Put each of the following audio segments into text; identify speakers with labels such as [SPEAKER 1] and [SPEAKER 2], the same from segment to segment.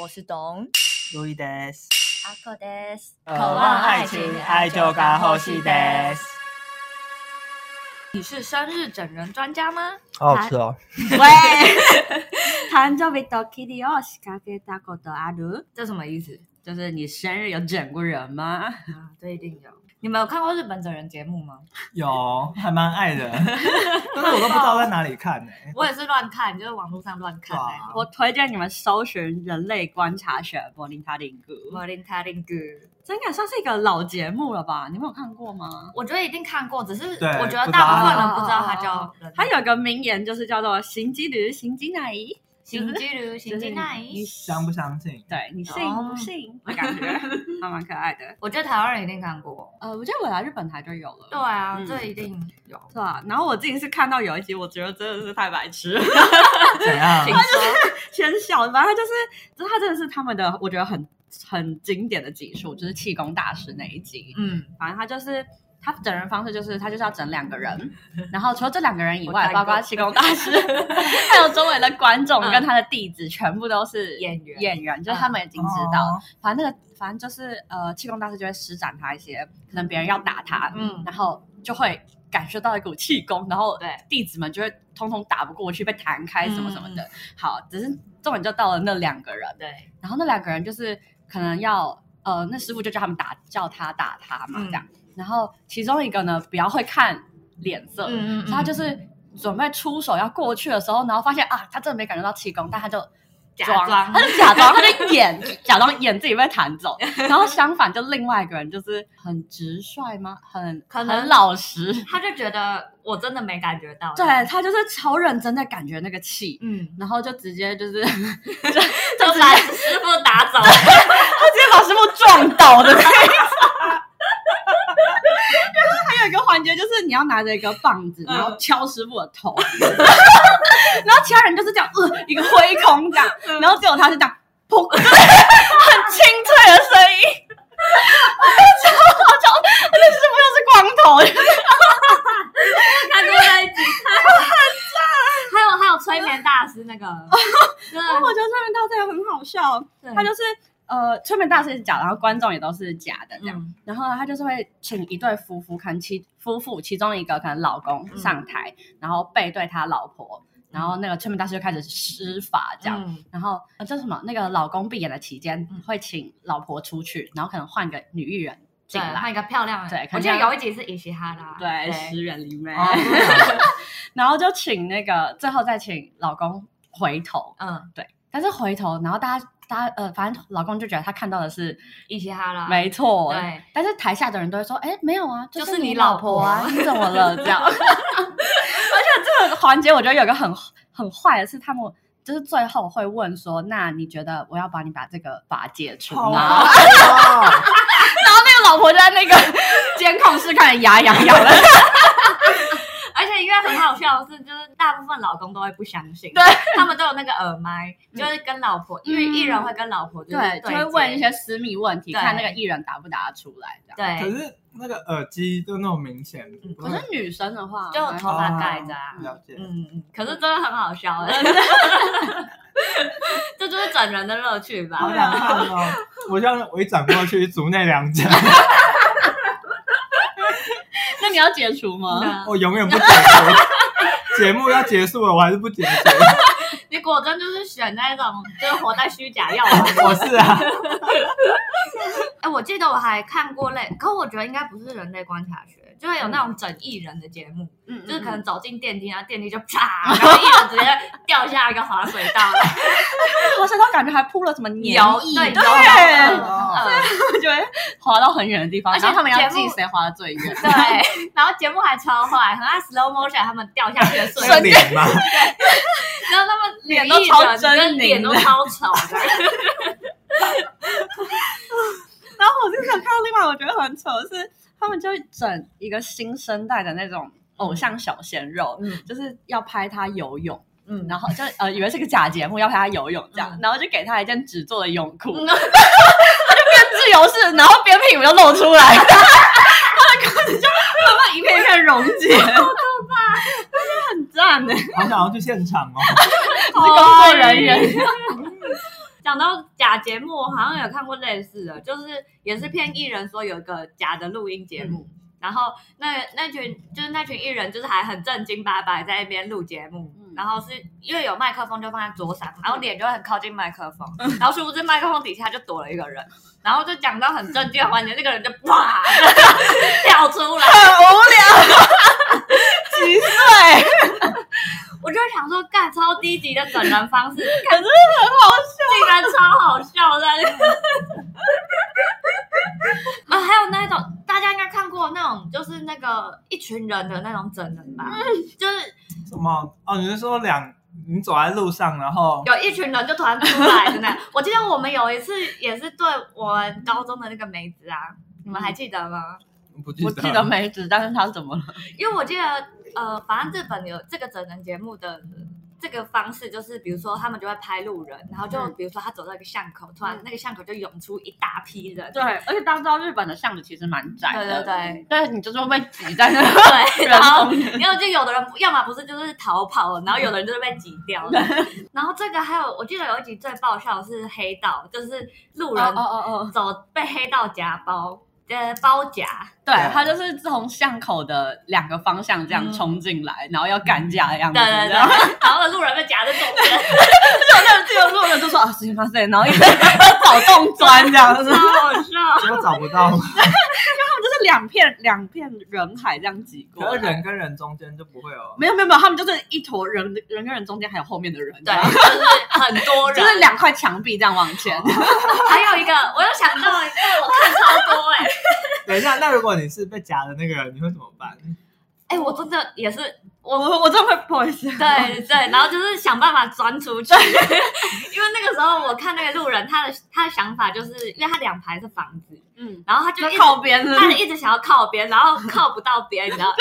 [SPEAKER 1] 我是董
[SPEAKER 2] 路易德斯，
[SPEAKER 1] 阿克德斯，
[SPEAKER 2] 渴望爱情，爱就该呼吸德。
[SPEAKER 1] 你是生日整人专家吗？
[SPEAKER 2] 好好吃哦！
[SPEAKER 3] 喂，誕生日とキリを仕掛けたことある？
[SPEAKER 1] 这什么意思？
[SPEAKER 3] 就是你生日有整过人吗？
[SPEAKER 1] 啊，这一定有。你们有看过日本整人节目吗？
[SPEAKER 2] 有，还蛮爱 人，但是我都不知道在哪里看呢、
[SPEAKER 1] 我也是乱看，就是网络上乱看
[SPEAKER 2] 哇
[SPEAKER 1] 那种。
[SPEAKER 3] 我推荐你们搜寻《人类观察学》柏林塔林格，
[SPEAKER 1] 我 Morning t i n g
[SPEAKER 3] 真的算是一个老节目了吧？你们有看过吗？
[SPEAKER 1] 我觉得一定看过，只是
[SPEAKER 2] 对
[SPEAKER 1] 我觉得大部分人
[SPEAKER 3] 不
[SPEAKER 1] 不
[SPEAKER 3] 知
[SPEAKER 1] 知
[SPEAKER 3] 道
[SPEAKER 1] 道他叫人
[SPEAKER 3] 它有一个名言，就是叫做“行基驴，行基奶”，
[SPEAKER 1] 行基流行基奈。
[SPEAKER 2] 相不相 信？
[SPEAKER 3] 对你信
[SPEAKER 1] 哦
[SPEAKER 3] 不 信？的感觉还蛮可爱的。
[SPEAKER 1] 我觉得台湾人一定看过。
[SPEAKER 3] 呃，我觉得我来日本台就有了。
[SPEAKER 1] 对啊，
[SPEAKER 3] 嗯
[SPEAKER 1] 这一定有。
[SPEAKER 3] 对啊，然后我自己是看到有一集，我觉得真的是太白痴，了，
[SPEAKER 2] 怎样？
[SPEAKER 3] 先笑。反正他就是，就是他真的是他们的，我觉得很很经典的集数，就是气功大师那一集。
[SPEAKER 1] 嗯，
[SPEAKER 3] 反正他就是他整人方式，就是他就是要整两个人， 然后除了这两个人以
[SPEAKER 1] 我
[SPEAKER 3] 外，
[SPEAKER 1] 看过
[SPEAKER 3] 包括气功大师， 还有周围的观众
[SPEAKER 1] 嗯
[SPEAKER 3] 跟他的弟子，全部都是
[SPEAKER 1] 演员嗯
[SPEAKER 3] 演员，就是他们已经知道。
[SPEAKER 2] 哦
[SPEAKER 3] 反正那个反正就是呃，气功大师就会施展他一些，可能别人要打他，
[SPEAKER 1] 嗯
[SPEAKER 3] 然后就会感受到一股气功，然后
[SPEAKER 1] 对
[SPEAKER 3] 弟子们就会通通打不过去，被弹开什么什么
[SPEAKER 1] 嗯
[SPEAKER 3] 的。好，只是重点就到了那两个人，
[SPEAKER 1] 对，
[SPEAKER 3] 然后那两个人就是可能要呃，那师傅就叫他们打，叫他打他嘛，
[SPEAKER 1] 嗯
[SPEAKER 3] 这样。然后其中一个呢，比较会看脸色，
[SPEAKER 1] 嗯
[SPEAKER 3] 所以他就是准备出手要过去的时候，然后发现啊，他真的没感觉到气功，但他就
[SPEAKER 1] 假
[SPEAKER 3] 装，
[SPEAKER 1] 装
[SPEAKER 3] 他就假装，他就演，假装演自己被弹 走。然后相反，就另外一个人就是很直率吗？很
[SPEAKER 1] 可能
[SPEAKER 3] 很老实，
[SPEAKER 1] 他就觉得我真的没感觉到。
[SPEAKER 3] 对，他就是超认真的感觉那个气。
[SPEAKER 1] 嗯，
[SPEAKER 3] 然后就直接就是，就
[SPEAKER 1] 就
[SPEAKER 3] 直接
[SPEAKER 1] 把师傅打走。
[SPEAKER 3] 他直接把师傅撞倒的那一种。然后 还有一个环节就是你要拿着一个棒子，
[SPEAKER 1] 嗯
[SPEAKER 3] 然后敲师傅的头，然后其他人就是这样，呃，一个挥空这样，然后只有他是这样，砰，就是嗯 很清脆的声 音。我就超好笑，而且师傅又是光头，
[SPEAKER 1] 他多在一起看，还有还有催眠大师那个，啊真
[SPEAKER 3] 我
[SPEAKER 1] 的
[SPEAKER 3] 觉得催眠大师也很好笑，哦他就是呃催眠大师是假的，然后观众也都是假的这样。
[SPEAKER 1] 嗯
[SPEAKER 3] 然后呢，他就是会请一对夫妇，可能其夫妇其中一个可能老公
[SPEAKER 1] 嗯
[SPEAKER 3] 上台，然后背对他老婆，然后那个催眠大师就开始施法这样。
[SPEAKER 1] 嗯
[SPEAKER 3] 然后呃叫什么？那个老公闭眼的期间
[SPEAKER 1] 嗯，
[SPEAKER 3] 会请老婆出去，然后可能换个女艺人进
[SPEAKER 1] 对，
[SPEAKER 3] 来。
[SPEAKER 1] 换一个漂亮的。
[SPEAKER 3] 对
[SPEAKER 1] 我
[SPEAKER 3] 看
[SPEAKER 1] 记
[SPEAKER 3] 起来
[SPEAKER 1] 得有一集是伊西哈拉，
[SPEAKER 3] 对，十元里妹。
[SPEAKER 2] 哦真的啊
[SPEAKER 3] 然后就请那个，最后再请老公回头。
[SPEAKER 1] 嗯，
[SPEAKER 3] 但是回头，然后大家大家呃，反正老公就觉得他看到的是
[SPEAKER 1] 伊西哈拉，
[SPEAKER 3] 没错，
[SPEAKER 1] 啊对，
[SPEAKER 3] 但是台下的人都会说：“哎，没有啊，
[SPEAKER 1] 就是
[SPEAKER 3] 是
[SPEAKER 1] 你
[SPEAKER 3] 老
[SPEAKER 1] 老婆
[SPEAKER 3] 啊，你怎么了？”这样。 而且这个环节，我觉得有个很很坏的是，他们就是最后会问说：“那你觉得我要把你把这个法解除
[SPEAKER 2] 哦好啊
[SPEAKER 1] 啊
[SPEAKER 3] 吗
[SPEAKER 2] 好啊笑？”
[SPEAKER 3] 那个老婆就在那个监控室看得牙痒痒的，
[SPEAKER 1] 而且因为很好笑的是，就是大部分老公都会不相信，
[SPEAKER 3] 对，嗯
[SPEAKER 1] 他们都有那个耳麦，就是跟老婆，因为艺人会跟老婆就是
[SPEAKER 3] 对，就会
[SPEAKER 1] 接
[SPEAKER 3] 问一些私密问题，
[SPEAKER 1] 对
[SPEAKER 3] 看那个艺人答不答得出来。这样，
[SPEAKER 2] 可
[SPEAKER 1] 对，
[SPEAKER 2] 是那个耳机就那么明显，
[SPEAKER 1] 嗯
[SPEAKER 2] 不
[SPEAKER 3] 可
[SPEAKER 2] 会
[SPEAKER 3] 是女生的话，
[SPEAKER 1] 就有头发盖着啊
[SPEAKER 2] 哦。了解，
[SPEAKER 1] 嗯嗯，可是真的很好笑，欸 这就是整人的乐趣吧
[SPEAKER 2] 好。想看哦！我这样我一转过去，竹内凉 家，
[SPEAKER 3] 那你要解除
[SPEAKER 1] 对
[SPEAKER 3] 吗？
[SPEAKER 1] 啊
[SPEAKER 2] 我永远不解决。节目要结束了，我还是不解 决。
[SPEAKER 1] 你果真就是选那种就是活在虚假药丸。
[SPEAKER 2] 我是啊，
[SPEAKER 1] 哎，我记得我还看过类，可我觉得应该不是人类观察学，就是有那种整艺人的节目，
[SPEAKER 3] 嗯
[SPEAKER 1] 就是可能走进电梯，然后电梯就啪，然后艺人直接掉下一个滑水道，
[SPEAKER 3] 好像他感觉还铺了什么黏
[SPEAKER 1] 摇
[SPEAKER 3] 液，
[SPEAKER 1] 对
[SPEAKER 3] 对
[SPEAKER 1] 摇
[SPEAKER 2] 哦
[SPEAKER 3] 就会滑到很远的地方，
[SPEAKER 1] 而且
[SPEAKER 3] 然后他们要
[SPEAKER 1] 节目
[SPEAKER 3] 记谁滑的最 远。
[SPEAKER 1] 对，然后节目还超坏，很爱 slow motion 他们掉下去的瞬
[SPEAKER 2] 那
[SPEAKER 1] 间，
[SPEAKER 2] 脸嘛，
[SPEAKER 1] 然后他们
[SPEAKER 3] 脸
[SPEAKER 1] 女
[SPEAKER 3] 都
[SPEAKER 1] 艺
[SPEAKER 3] 超
[SPEAKER 1] 人
[SPEAKER 3] 狰
[SPEAKER 1] 跟
[SPEAKER 3] 狞
[SPEAKER 1] 脸都
[SPEAKER 3] 的
[SPEAKER 1] 超丑的，
[SPEAKER 3] 然后我就想看到另外我觉得很丑的是，他们就会整一个新生代的那种偶像小鲜肉，
[SPEAKER 1] 嗯
[SPEAKER 3] 就是要拍他游泳，
[SPEAKER 1] 嗯，
[SPEAKER 3] 然后就呃以为是个假节目要拍他游泳这样，
[SPEAKER 1] 嗯
[SPEAKER 3] 然后就给他一件纸做的泳裤，
[SPEAKER 1] 嗯
[SPEAKER 3] 他就变自由式，然后边屁股就露出来，他的裤子就慢慢一片一片溶解， 好可怕，真的很赞的，欸
[SPEAKER 2] 好想要去现场哦。
[SPEAKER 3] 是工作人员。
[SPEAKER 1] 讲到假节目，我好像有看过类似的，就是也是骗艺人说有一个假的录音节目，然后那那群就是那群艺人就是还很正经八百在那边录节目，
[SPEAKER 3] 嗯
[SPEAKER 1] 然后是因为有麦克风就放在桌上，然后脸就会很靠近麦克风，然后殊不知麦克风底下就躲了一个人，然后就讲到很正经的环节，那个人就哇 跳出 来，
[SPEAKER 3] 无聊，几岁？
[SPEAKER 1] 我就想说，干超低级的整人方 式，可是很好笑，竟然超好笑的。 啊，还有那种大家应该看过那种，就是那个一群人的那种整人吧，就是
[SPEAKER 2] 什么？哦，你是说两你走在路上，然后
[SPEAKER 1] 有一群人就突然出来的那。我记得我们有一次也是对我们高中的那个梅子啊，你们还记得吗？
[SPEAKER 2] 不记
[SPEAKER 3] 我
[SPEAKER 2] 得？
[SPEAKER 3] 记得梅子，但是他怎么了？
[SPEAKER 1] 因为我记得呃，反正日本有这个整人节目的。这个方式就是，比如说他们就会拍路人，然后就
[SPEAKER 3] 嗯
[SPEAKER 1] 比如说他走到一个巷口，突然
[SPEAKER 3] 嗯
[SPEAKER 1] 那个巷口就涌出一大批人，
[SPEAKER 3] 对，而且大家知道日本的巷子其实蛮窄
[SPEAKER 1] 对
[SPEAKER 3] 的，
[SPEAKER 1] 对对
[SPEAKER 3] 对，你就是会被挤在 那
[SPEAKER 1] 对，然后
[SPEAKER 3] 人中。
[SPEAKER 1] 因为就有的人不要么不是就是逃跑，然后有的人就是被挤掉 的。
[SPEAKER 3] 嗯
[SPEAKER 1] 然后这个还有，我记得有一集最爆笑的是黑道，就是路人
[SPEAKER 3] 哦，
[SPEAKER 1] 走被黑道夹包，呃，包夹，
[SPEAKER 3] 对
[SPEAKER 2] 对
[SPEAKER 3] 他就是从巷口的两个方向这样
[SPEAKER 1] 嗯
[SPEAKER 3] 冲进来，然后要干架的样子。
[SPEAKER 1] 对对对，
[SPEAKER 3] 然后
[SPEAKER 1] 然后路人被夹在中间，
[SPEAKER 3] 那个自由路人就说啊，行吧，对，然后一直 找洞钻这 样子，
[SPEAKER 1] 超好笑。
[SPEAKER 2] 结果找不到，
[SPEAKER 3] 就是两片两片人海这样挤过
[SPEAKER 2] 可
[SPEAKER 3] 来。
[SPEAKER 2] 是人跟人中间就不会有。
[SPEAKER 3] 没有没有没有，他们就是一坨人，人跟人中间还有后面的人，
[SPEAKER 1] 对，就是很多
[SPEAKER 3] 就
[SPEAKER 1] 人，
[SPEAKER 3] 是两块墙壁这样往前。
[SPEAKER 1] 还有一个，我又想到一个，我看超多哎、欸，
[SPEAKER 2] 等一下，那如果你是被夹的那个人，你会怎么办？
[SPEAKER 1] 哎、我真的也是
[SPEAKER 3] 我我我真的会不好意思。
[SPEAKER 1] 对对，然后就是想办法钻出去， 因为那个时候我看那个路人，他的他的想法就是，因为他两排是房子，
[SPEAKER 3] 嗯，
[SPEAKER 1] 然后他就
[SPEAKER 3] 就
[SPEAKER 1] 一直
[SPEAKER 3] 靠边是不
[SPEAKER 1] 他
[SPEAKER 3] 是
[SPEAKER 1] 一直想要靠边，然后靠不到边，你知道，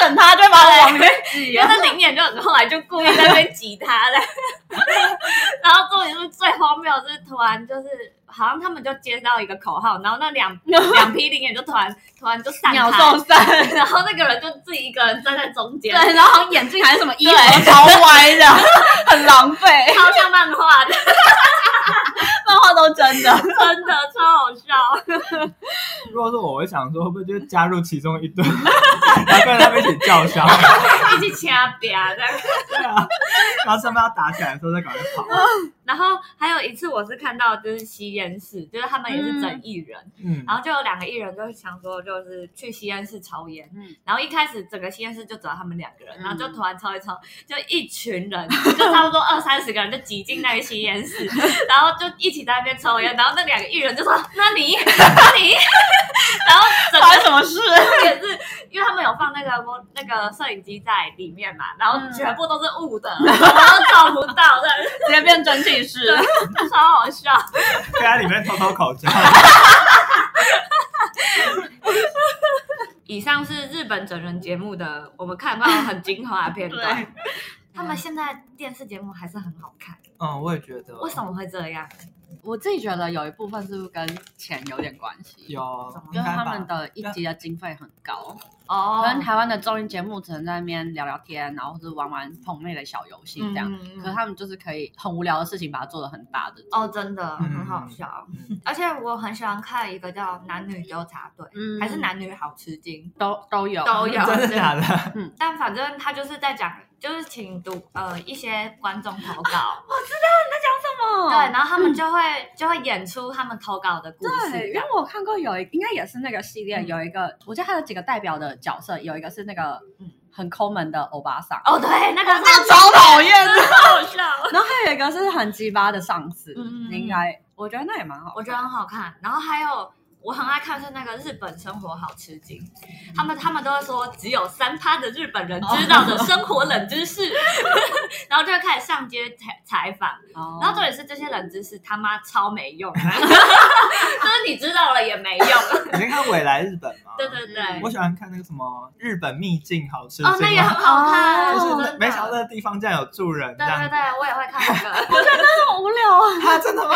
[SPEAKER 3] 整他，就把我往 里面挤
[SPEAKER 1] 因为。他灵眼就很后来就故意在那边挤他 的，然后重点是最荒谬的是突然就是。好像他们就接到一个口号，然后那 两两批灵眼就突然突然就散
[SPEAKER 3] 鸟
[SPEAKER 1] 开，
[SPEAKER 3] 兽散，
[SPEAKER 1] 然后那个人就自己一个人站在中间，
[SPEAKER 3] 对，然后好像眼镜还是什么衣服
[SPEAKER 1] 对
[SPEAKER 3] 超歪的，很狼 狈，
[SPEAKER 1] 超像漫画的，
[SPEAKER 3] 漫画都真的。
[SPEAKER 1] 真的超好笑。
[SPEAKER 2] 如果是我，我会想说，会不会就加入其中一 队，然后跟他们一起叫嚣？
[SPEAKER 1] 一起掐表这样。
[SPEAKER 2] 对啊，然后上面要打起来的时候再赶快跑。
[SPEAKER 1] 然后还有一次我是看到就是吸烟室，就是他们也是整艺人，
[SPEAKER 2] 嗯，
[SPEAKER 1] 然后就有两个艺人就想说就是去吸烟室抽烟，
[SPEAKER 3] 嗯
[SPEAKER 1] 然后一开始整个吸烟室就只有他们两个人，
[SPEAKER 3] 嗯
[SPEAKER 1] 然后就突然抽一抽，就一群人，就差不多二三十个人就挤进那个吸烟 室，然后就一起在那边抽烟，然后那两个艺人就说那你 那你， 然后整
[SPEAKER 3] 发
[SPEAKER 1] 个
[SPEAKER 3] 生什么事？
[SPEAKER 1] 重点是因为他们有放那个播那个摄影机在里面嘛，然后
[SPEAKER 3] 嗯
[SPEAKER 1] 全部都是雾的，然后找不到，真
[SPEAKER 3] 直接变蒸汽室，
[SPEAKER 1] 的超好笑。
[SPEAKER 2] 被在里面偷偷口交。
[SPEAKER 1] 以上是日本整人节目的我们看到很精华的片段， 他们现在电视节目还是很好看，
[SPEAKER 2] 嗯，我也觉得。
[SPEAKER 1] 为什？么会这样？
[SPEAKER 3] 我自己觉得有一部分是不是跟钱有点关系？
[SPEAKER 2] 有，
[SPEAKER 3] 就
[SPEAKER 2] 应
[SPEAKER 3] 是
[SPEAKER 2] 该
[SPEAKER 3] 他
[SPEAKER 2] 吧
[SPEAKER 3] 们的一集的经费很高，
[SPEAKER 1] 哦，
[SPEAKER 3] 可能台湾的综艺节目只能在那边聊聊天，然后或是玩玩碰妹的小游戏这样。
[SPEAKER 1] 嗯
[SPEAKER 3] 可是他们就是可以很无聊的事情把它做的很大的。
[SPEAKER 1] 哦，真的
[SPEAKER 2] 嗯
[SPEAKER 1] 很好笑，
[SPEAKER 2] 嗯
[SPEAKER 1] 而且我很喜欢看一个叫《男女纠察队》，
[SPEAKER 3] 嗯
[SPEAKER 1] 还是男女好吃惊，
[SPEAKER 3] 都都有
[SPEAKER 1] 都有
[SPEAKER 2] 真的假的？
[SPEAKER 1] 但反正他就是在讲，就是请读呃一些观众投稿，对，
[SPEAKER 3] 对
[SPEAKER 1] 然后他们就会、就会演出他们投稿的故事，
[SPEAKER 3] 对，因
[SPEAKER 1] 这样
[SPEAKER 3] 为我看过有一，应该也是那个系列
[SPEAKER 1] 嗯
[SPEAKER 3] 有一个，我记得它有几个代表的角色，有一个是那个
[SPEAKER 1] 嗯
[SPEAKER 3] 很抠门的欧巴桑，
[SPEAKER 1] 哦，对，那个
[SPEAKER 3] 那个超讨厌的，
[SPEAKER 1] 好笑，
[SPEAKER 3] 然后还有一个是很鸡巴的上司，
[SPEAKER 1] 嗯嗯嗯
[SPEAKER 3] 应该我觉得那也蛮好看，
[SPEAKER 1] 我觉得很好看。然后还有我很爱看是那个日本生活好吃惊，他们他们都会说只有三趴的日本人知道的生活冷知 识，然后就会开始上街采采访。
[SPEAKER 3] 哦，
[SPEAKER 1] 然后重点是这些冷知识他妈超没 用的，就是你知道了也没用。
[SPEAKER 2] 你先看《未来日本》吗？
[SPEAKER 1] 对对对，
[SPEAKER 2] 嗯我喜欢看那个什么日本秘境好吃
[SPEAKER 1] 哦，那也很好看，
[SPEAKER 3] 哦
[SPEAKER 2] 就
[SPEAKER 1] 真
[SPEAKER 2] 是
[SPEAKER 1] 的
[SPEAKER 2] 没想到那个地方竟然有住人这
[SPEAKER 1] 对
[SPEAKER 2] 样
[SPEAKER 1] 对
[SPEAKER 2] 子
[SPEAKER 1] 对，我也会看那个。
[SPEAKER 3] 好无聊啊，
[SPEAKER 2] 啊，真的吗？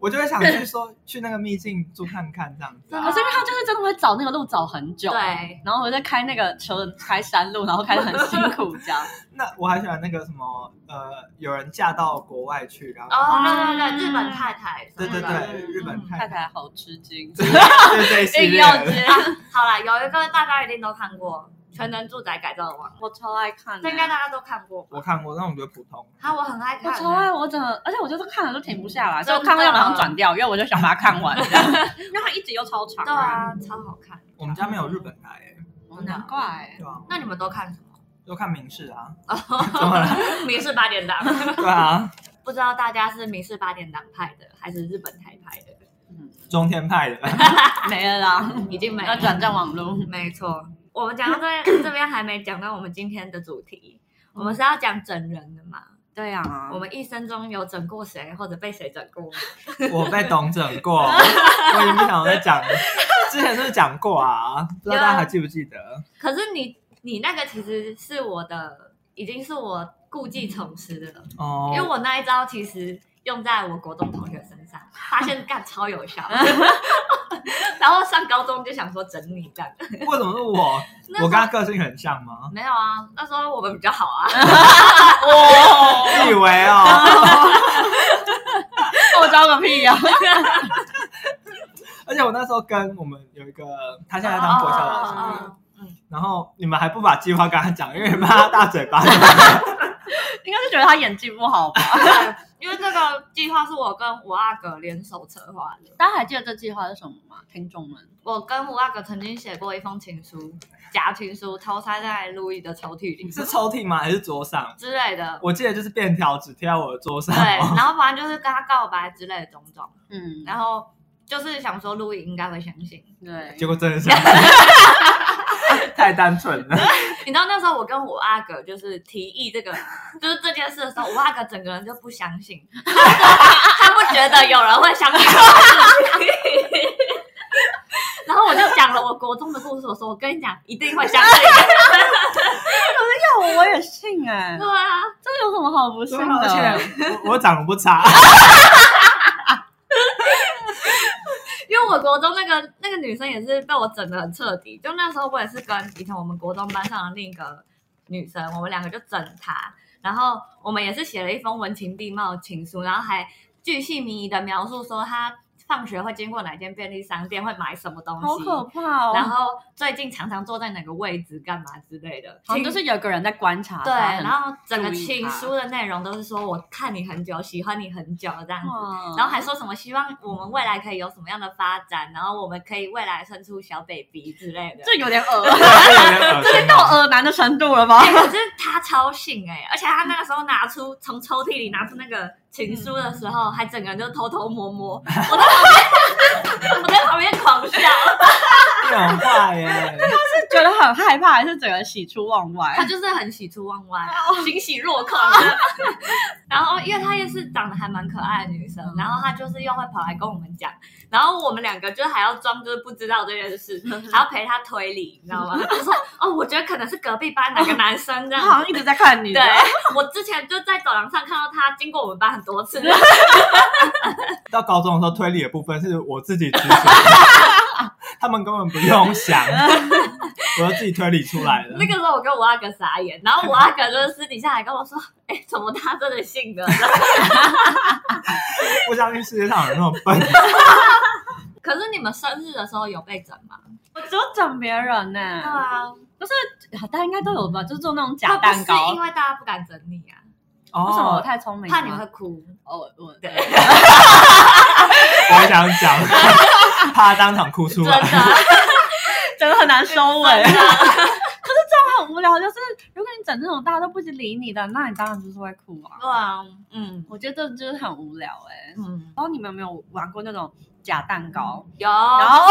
[SPEAKER 2] 我就会想去说去那个秘境住看看这样子啊、
[SPEAKER 3] 可是因为他就是真的会找那个路找很久，
[SPEAKER 1] 对，
[SPEAKER 3] 然后我在开那个车开山路，然后开的很辛苦这 样。
[SPEAKER 2] 那我还喜欢那个什么呃，有人嫁到国外去，然后、
[SPEAKER 1] 哦，嗯对对对，日本太太，
[SPEAKER 2] 对对对，日本
[SPEAKER 3] 太
[SPEAKER 2] 太
[SPEAKER 3] 太好吃 惊，
[SPEAKER 2] 对对系
[SPEAKER 3] 硬
[SPEAKER 2] 列
[SPEAKER 3] 要接
[SPEAKER 2] 的，，
[SPEAKER 1] 啊好啦，有一个大家一定都看过《全能住宅改造王》，
[SPEAKER 3] 我超爱看的、
[SPEAKER 1] 这应该大家都看啊过吧
[SPEAKER 2] 我？看过，但我觉得普通。
[SPEAKER 1] 啊，我很爱
[SPEAKER 3] 我
[SPEAKER 1] 看欸，
[SPEAKER 3] 超爱，我整个，而且我就是看了都停不下来，
[SPEAKER 1] 嗯真
[SPEAKER 3] 所以
[SPEAKER 1] 的
[SPEAKER 3] 我看到要马上转掉，因为我就想把它看完，这 样因为它一集又超长。
[SPEAKER 1] 对，啊，超好看。
[SPEAKER 2] 我们家没有日本台、欸，
[SPEAKER 3] 难怪。
[SPEAKER 2] 对啊，
[SPEAKER 1] 那你们都看什么？
[SPEAKER 2] 就看明视啊，
[SPEAKER 1] 哦
[SPEAKER 2] 怎么了？
[SPEAKER 1] 明视八点档，
[SPEAKER 2] 对啊，
[SPEAKER 1] 不知道大家是明视八点档派的，还是日本台派的？
[SPEAKER 2] 中天派的，
[SPEAKER 3] 没了啦，
[SPEAKER 1] 已经没
[SPEAKER 3] 要
[SPEAKER 1] 了。
[SPEAKER 3] 转战网络。
[SPEAKER 1] 没错，我们讲到 这这边还没讲到我们今天的主题，我们是要讲整人的嘛？
[SPEAKER 3] 对啊
[SPEAKER 1] 我们一生中有整过谁，或者被谁整过？
[SPEAKER 2] 我被董整过，我已经不想再讲了。之前是不是讲过啊？不知道大家还记不记得？
[SPEAKER 1] 可是你你那个其实是我的，已经是我故技重施的了，
[SPEAKER 2] 哦
[SPEAKER 1] 因为我那一招其实用在我国中同学身上，发现干超有效。然后上高中就想说整你这样，
[SPEAKER 2] 为什么是我？
[SPEAKER 1] 那时候
[SPEAKER 2] 我跟他个性很像吗？
[SPEAKER 1] 没有啊，那时候我们比较好啊。
[SPEAKER 3] 哦，
[SPEAKER 2] 自以为哦，
[SPEAKER 3] 我招个屁啊 呀！
[SPEAKER 2] 而且我那时候跟我们有一个，他现在当国校老
[SPEAKER 1] 啊
[SPEAKER 2] 师，
[SPEAKER 3] 哦哦哦哦
[SPEAKER 2] 然后你们还不把计划跟他讲，因为怕他大嘴巴。
[SPEAKER 3] 应该是觉得他演技不好吧？
[SPEAKER 1] 对，因为这个计划是我跟我阿哥联手策划的。
[SPEAKER 3] 大家还记得这计划是什么吗？听众们，
[SPEAKER 1] 我跟我阿哥曾经写过一封情书，假情书偷塞在路易的抽屉里
[SPEAKER 2] 是抽屉吗？还是桌上？
[SPEAKER 1] 之类的。
[SPEAKER 2] 我记得就是便条纸贴在我的桌上哦
[SPEAKER 1] 对，。然后反正就是跟他告白之类的种种，
[SPEAKER 3] 嗯，
[SPEAKER 1] 然后后就是想说路易应该会相信。
[SPEAKER 3] 对，
[SPEAKER 2] 结果真 的是太单纯了。
[SPEAKER 1] 你知道那时候我跟我阿哥就是提议这个，就是这件事的时候，我阿哥整个人就不相信， 他不觉得有人会相信我。 然后我就讲了我国中的故事，我说我跟你讲，一定会相信。
[SPEAKER 3] 要我我也信哎，
[SPEAKER 1] 对啊，
[SPEAKER 3] 这有什么好不信
[SPEAKER 2] 对
[SPEAKER 3] 的？
[SPEAKER 2] 啊而且我我长得不差，
[SPEAKER 1] 因为我国中那个那个女生也是被我整的很彻底，就那时候我也是跟以前我们国中班上的另一个女生，我们两个就整她，然后我们也是写了一封文情并茂的情书，然后还巨细靡遗的描述说她放学会经过哪间便利商店，会买什么东西，
[SPEAKER 3] 好可怕哦。
[SPEAKER 1] 然后最近常常坐在哪个位置干嘛之类的，
[SPEAKER 3] 好像就是有个人在观察
[SPEAKER 1] 对，
[SPEAKER 3] 他，
[SPEAKER 1] 然后整个
[SPEAKER 3] 注意
[SPEAKER 1] 情
[SPEAKER 3] 她
[SPEAKER 1] 书的内容都是说我看你很久，喜欢你很久这样子。
[SPEAKER 3] 后
[SPEAKER 1] 然后还说什么希望我们未来可以有什么样的发展，然后我们可以未来生出小 baby 之类的。
[SPEAKER 3] 这有点恶，
[SPEAKER 2] 这
[SPEAKER 3] 这到恶男的程度 了吧？
[SPEAKER 1] 哎可是他超信哎、而且他那个时候拿出从抽屉里拿出那个情书的时候，还整个人就偷偷摸 摸，我在旁边，我在旁边狂笑。
[SPEAKER 2] 很坏耶。
[SPEAKER 3] 是觉得很害怕，还是整个喜出望 外
[SPEAKER 1] 他？就是很喜出 望外啊，欣喜若狂。 然后，因为她也是长得还蛮可爱的女生，然后她就是又会跑来跟我们讲，然后我们两个就还要装就是不知道这件事，
[SPEAKER 3] 嗯
[SPEAKER 1] 还要陪她推理，你知道吗？就说哦，我觉得可能是隔壁班哪个男生这
[SPEAKER 3] 他
[SPEAKER 1] 样
[SPEAKER 3] 好像一直在看你，
[SPEAKER 1] 对，我之前就在走廊上看到他经过我们班很多次，
[SPEAKER 2] 到高中的时候，推理的部分是我自己执行，他们根本不用想，我就自己推理出来了
[SPEAKER 1] 那。个时候我跟我阿哥傻眼，然后我阿哥就是私底下还跟我说，哎、怎么他真的信了？
[SPEAKER 2] 不相信世界上有那么 笨。
[SPEAKER 1] 可是你们生日的时候有被整吗？
[SPEAKER 3] 我只有整别人呢、
[SPEAKER 1] 对啊，
[SPEAKER 3] 大家应该都有吧，就做那种
[SPEAKER 1] 他
[SPEAKER 3] 假蛋
[SPEAKER 1] 不是
[SPEAKER 3] 糕
[SPEAKER 1] 因。为大家不敢整你啊，
[SPEAKER 3] 为什么我
[SPEAKER 2] 哦，
[SPEAKER 3] 太聪明了？
[SPEAKER 1] 怕你会哭。
[SPEAKER 3] 哦，我对，
[SPEAKER 2] 我也想讲，怕当场哭出
[SPEAKER 1] 真
[SPEAKER 2] 来。
[SPEAKER 3] 啊
[SPEAKER 1] 的，
[SPEAKER 3] 真的很 难收尾。
[SPEAKER 1] 真的
[SPEAKER 3] 很无聊，就是如果你整这种大家都不理你的，那你当然就是会哭啊。
[SPEAKER 1] 对啊，嗯
[SPEAKER 3] 我觉得这就是很无聊哎、
[SPEAKER 1] 嗯，
[SPEAKER 3] 然后你们有没有玩过那种假蛋糕？
[SPEAKER 1] 有，
[SPEAKER 3] 然后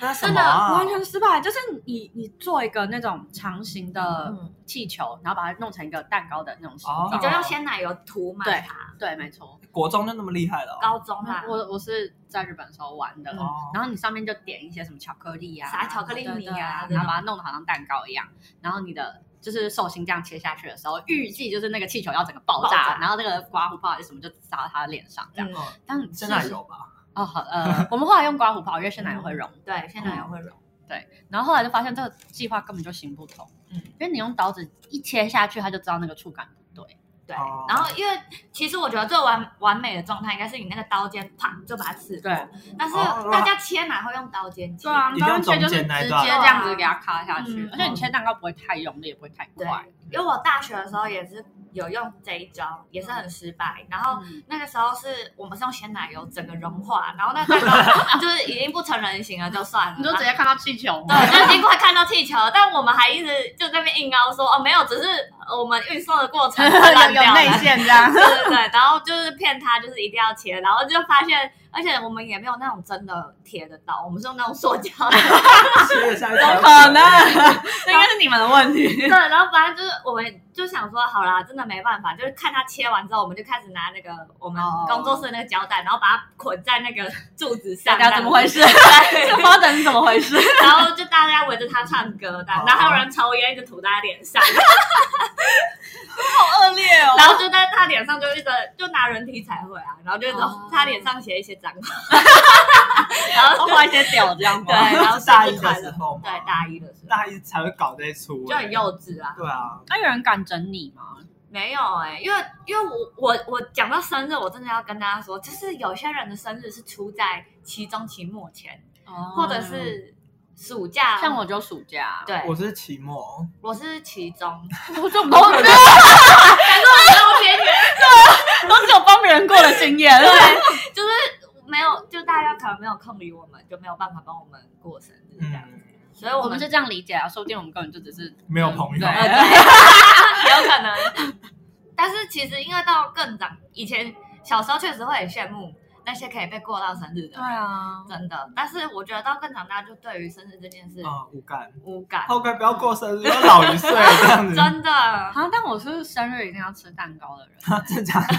[SPEAKER 2] 那什么啊
[SPEAKER 3] 完全失败，就是你你做一个那种长形的
[SPEAKER 1] 嗯
[SPEAKER 3] 气球，然后把它弄成一个蛋糕的那种形状。
[SPEAKER 2] 哦
[SPEAKER 1] 你就用鲜奶油涂满它。
[SPEAKER 3] 对，没错。
[SPEAKER 2] 国中就那么厉害了哦？
[SPEAKER 1] 高中啦，
[SPEAKER 3] 我我是在日本的时候玩的，
[SPEAKER 1] 嗯
[SPEAKER 2] 哦
[SPEAKER 3] 然后你上面就点一些什么巧克力啊，
[SPEAKER 1] 撒巧克力米啊
[SPEAKER 3] 对
[SPEAKER 1] 这种
[SPEAKER 3] 对对然后把它弄得好像蛋糕一样，然后你的就是手心这样切下去的时候，预计就是那个气球要整个爆
[SPEAKER 1] 爆
[SPEAKER 3] 炸，
[SPEAKER 1] 炸
[SPEAKER 3] 然后那个刮胡泡还是什么就砸到他的脸上这样。
[SPEAKER 1] 嗯
[SPEAKER 2] 哦，
[SPEAKER 3] 但是
[SPEAKER 2] 现在有吧？
[SPEAKER 3] 哦，好，呃，我们后来用刮胡泡，因为鲜奶油
[SPEAKER 1] 嗯
[SPEAKER 3] 会溶。
[SPEAKER 1] 对，现在也会融，
[SPEAKER 3] 然后后来就发现这个计划根本就行不通，
[SPEAKER 1] 嗯
[SPEAKER 3] 因为你用刀子一切下去，它就知道那个触感不对。
[SPEAKER 1] 对
[SPEAKER 2] 哦。
[SPEAKER 1] 然后因为其实我觉得最完完美的状态应该是你那个刀尖啪就把它刺破，
[SPEAKER 3] 对啊
[SPEAKER 1] 但是
[SPEAKER 2] 哦
[SPEAKER 1] 大家切哪会用刀尖切？
[SPEAKER 2] 一定要
[SPEAKER 3] 切就
[SPEAKER 2] 中
[SPEAKER 3] 是直
[SPEAKER 2] 间那一
[SPEAKER 3] 接
[SPEAKER 2] 段
[SPEAKER 3] 这样子给它卡下去，
[SPEAKER 1] 嗯
[SPEAKER 3] 啊而且你切蛋糕不会太用力，也不会太
[SPEAKER 1] 对
[SPEAKER 3] 快。，
[SPEAKER 1] 因为我大学的时候也是有用这一招，也是很失败。然后
[SPEAKER 3] 嗯
[SPEAKER 1] 那个时候是我们是用鲜奶油整个融化，然后那蛋糕 就是已经不成人形了，就算了。
[SPEAKER 3] 你就直接看到气球吗？
[SPEAKER 1] 啊对， 就已经快看到气球了，但我们还一直就在那边硬凹说哦没有，只是我们运送的过 程它烂掉了。
[SPEAKER 3] 线这 样。
[SPEAKER 1] 对对对， 然后就是骗他，就是一定要切，然后就发现，而且我们也没有那种真的铁的刀，我们是用那种塑胶的。
[SPEAKER 2] 切了下一条
[SPEAKER 3] 可能，那应该是你们的问
[SPEAKER 1] 对，
[SPEAKER 3] 题。
[SPEAKER 1] 然后反正就是我们就想说，好啦，真的没办法，就是看他切完之后，我们就开始拿那个我们
[SPEAKER 3] 哦
[SPEAKER 1] 工作室的那个胶带，然后把它捆在那个柱子上
[SPEAKER 3] 大，家怎么回事？
[SPEAKER 1] 这
[SPEAKER 3] 这
[SPEAKER 1] 样
[SPEAKER 3] 个
[SPEAKER 1] 子？
[SPEAKER 3] 花灯是怎么回事？
[SPEAKER 1] 然后就大家围着他唱歌，然后
[SPEAKER 2] 哦
[SPEAKER 1] 然后还有人抽烟，一直吐在他脸 上，
[SPEAKER 3] 好恶劣 哦
[SPEAKER 1] 然后就在他脸上就一直就拿人体彩绘啊，然后就一直
[SPEAKER 3] 哦
[SPEAKER 1] 他脸上写一些脏话，然后
[SPEAKER 3] 画一些屌这样
[SPEAKER 1] 对，
[SPEAKER 3] 吗？
[SPEAKER 1] 然后
[SPEAKER 2] 是大
[SPEAKER 1] 生日
[SPEAKER 2] 一的
[SPEAKER 1] 快
[SPEAKER 2] 时
[SPEAKER 1] 乐
[SPEAKER 2] 候吗
[SPEAKER 1] 对，大一的时候
[SPEAKER 2] 大一才会搞这一出，欸
[SPEAKER 1] 就很幼稚啊。
[SPEAKER 2] 对啊，
[SPEAKER 3] 那有人敢整你吗？
[SPEAKER 1] 没有哎、因为因为我我我讲到生日，我真的要跟大家说，就是有些人的生日是出在期中、期末前，
[SPEAKER 3] 哦
[SPEAKER 1] 或者是暑假。
[SPEAKER 3] 像我就暑假，
[SPEAKER 1] 对，
[SPEAKER 2] 我
[SPEAKER 1] 我
[SPEAKER 2] 是期末，
[SPEAKER 1] 是期中，
[SPEAKER 3] 我这种都没有
[SPEAKER 1] 但是我没有边缘，
[SPEAKER 3] 都只有帮别人过的经验。
[SPEAKER 1] 对，就是没有，就大家可能没有空理我们，就没有办法帮我们过生日这样。
[SPEAKER 2] 嗯，
[SPEAKER 1] 所以我
[SPEAKER 3] 我
[SPEAKER 1] 们
[SPEAKER 3] 们
[SPEAKER 1] 就是
[SPEAKER 3] 这样理解啊，说不定我们根本就只是
[SPEAKER 2] 没有朋友
[SPEAKER 3] 对
[SPEAKER 1] 呃，对， 有可能。但是其实因为到更长，以前小时候确实会很羡慕那些可以被过到生日的人。
[SPEAKER 3] 啊，
[SPEAKER 1] 真的。但是我觉得到更长大，就对于生日这件事
[SPEAKER 2] 嗯，无感，
[SPEAKER 1] 无感，
[SPEAKER 2] 后该不要过生日，要老一岁这样 子，
[SPEAKER 1] 真 的。
[SPEAKER 3] 啊，但我是生日一定要吃蛋糕的人，
[SPEAKER 2] 真假的？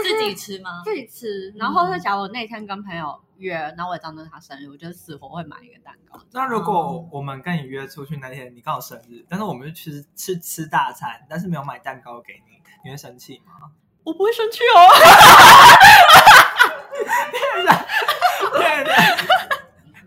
[SPEAKER 1] 自己吃吗？
[SPEAKER 3] 自己吃。然后再假如我那天跟朋友约，然后我也知道那是他生日，我就死活会买一个蛋糕。
[SPEAKER 2] 那如果我们跟你约出去那天，你刚好生日，但是我们去吃吃吃大餐，但是没有买蛋糕给你，你会生气吗？
[SPEAKER 3] 我不会生气哦，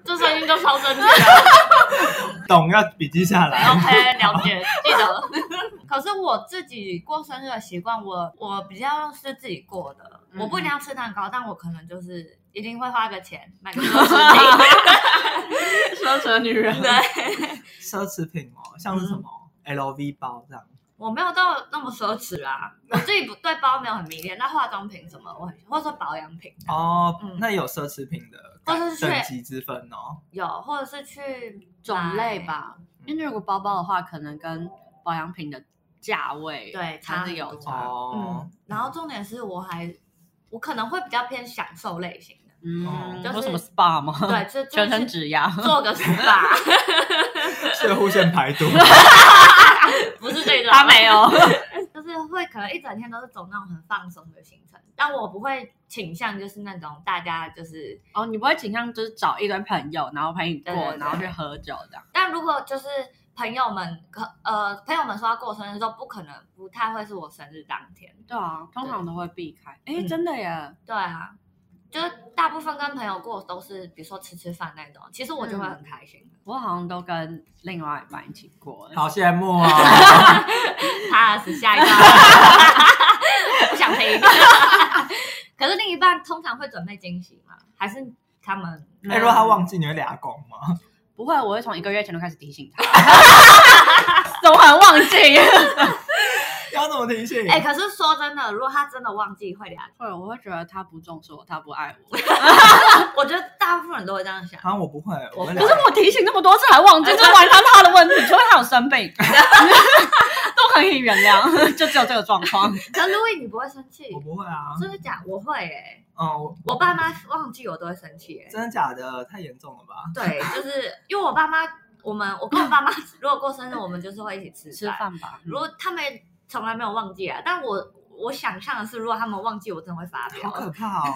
[SPEAKER 1] 这声音就超生气了。
[SPEAKER 2] 懂要笔记下来。
[SPEAKER 1] OK，了解，记得。 可是我自己过生日的习惯，我我比较是自己过的，
[SPEAKER 3] 嗯
[SPEAKER 1] 我不一定要吃蛋糕，但我可能就是一定会花个钱买个奢侈品。
[SPEAKER 3] 奢侈的女人。
[SPEAKER 1] 对，
[SPEAKER 2] 奢侈品哦，像是什
[SPEAKER 1] 嗯
[SPEAKER 2] 么、LV 包这样，
[SPEAKER 1] 我没有到那么奢侈啊，我自己不对包没有很迷恋，但化妆品什么我很，或者说保养品
[SPEAKER 2] 哦，
[SPEAKER 1] 嗯
[SPEAKER 2] 那有奢侈品的
[SPEAKER 1] 或者是去
[SPEAKER 2] 等级之分哦。
[SPEAKER 1] 有，或者是去
[SPEAKER 3] 种类吧，因为如果包包的话，可能跟保养品的价位
[SPEAKER 1] 对
[SPEAKER 3] 还
[SPEAKER 1] 差
[SPEAKER 3] 是
[SPEAKER 1] 很
[SPEAKER 3] 有
[SPEAKER 1] 多
[SPEAKER 3] 差。
[SPEAKER 2] 哦
[SPEAKER 1] 嗯，，然后重点是我还我可能会比较偏享受类型 的，
[SPEAKER 3] 嗯，
[SPEAKER 1] 就是
[SPEAKER 3] 有什么 SPA 吗？，
[SPEAKER 1] 对，就
[SPEAKER 3] 全身
[SPEAKER 1] 就是
[SPEAKER 3] 指压。
[SPEAKER 1] 做个 SPA，
[SPEAKER 2] 射护线排 毒，
[SPEAKER 1] 不是这种，
[SPEAKER 3] 他没有，
[SPEAKER 1] 就是会可能一整天都是走那种很放松的行程，但我不会倾向就是那种大家就是，
[SPEAKER 3] 哦，你不会倾向就是找一堆朋友，然后陪你过，
[SPEAKER 1] 对对对
[SPEAKER 3] 然后去喝酒这样。
[SPEAKER 1] 但如果就是朋友们可呃朋友们说要过生日，都不可能不太会是我生日当天，
[SPEAKER 3] 对啊，通常都会避开。哎，
[SPEAKER 1] 嗯
[SPEAKER 3] 真的耶，
[SPEAKER 1] 对啊，就是大部分跟朋友过都是比如说吃吃饭那种，其实我就会
[SPEAKER 3] 嗯
[SPEAKER 1] 很开心的，
[SPEAKER 3] 我好像都跟另外一半一起过。
[SPEAKER 2] 好羡慕哦。
[SPEAKER 1] pass 下一个， 不想听。 可是另一半通常会准备惊喜吗？还是他们？
[SPEAKER 2] 哎，如果他忘记，你会俩拱吗？
[SPEAKER 3] 不会，我会从一个月前就开始 提醒他， 怎么还忘记？
[SPEAKER 2] 要怎么提醒？
[SPEAKER 1] 哎、可是说真的，如果他真的忘记会俩，
[SPEAKER 3] 会，我会觉得他不重视我，他不爱我。
[SPEAKER 1] 我觉得大部分人都会这样想。
[SPEAKER 2] 好像啊我不会，我会
[SPEAKER 1] 不
[SPEAKER 3] 可是
[SPEAKER 2] 俩
[SPEAKER 3] 我提醒那么多次还忘记，这完全他的问题，除非他有 生病，都可以原谅， 就只有这个状况。
[SPEAKER 1] 可是 Louis，你不会生气？
[SPEAKER 2] 我不会啊。
[SPEAKER 1] 真的假？我会哎、
[SPEAKER 2] 嗯，我
[SPEAKER 1] 我爸妈忘记我都会生气哎、
[SPEAKER 2] 真的假的？太严重了吧？
[SPEAKER 1] 对，就是因为我爸妈，我们我跟我爸妈 如果过生日，我们就是会一起 吃
[SPEAKER 3] 吃
[SPEAKER 1] 饭。
[SPEAKER 3] 饭吧，
[SPEAKER 1] 如果他们从来没有忘记啊，但我我想象的是，如果他们忘记，我真的会发
[SPEAKER 2] 好
[SPEAKER 1] 飙。
[SPEAKER 2] 可怕哦！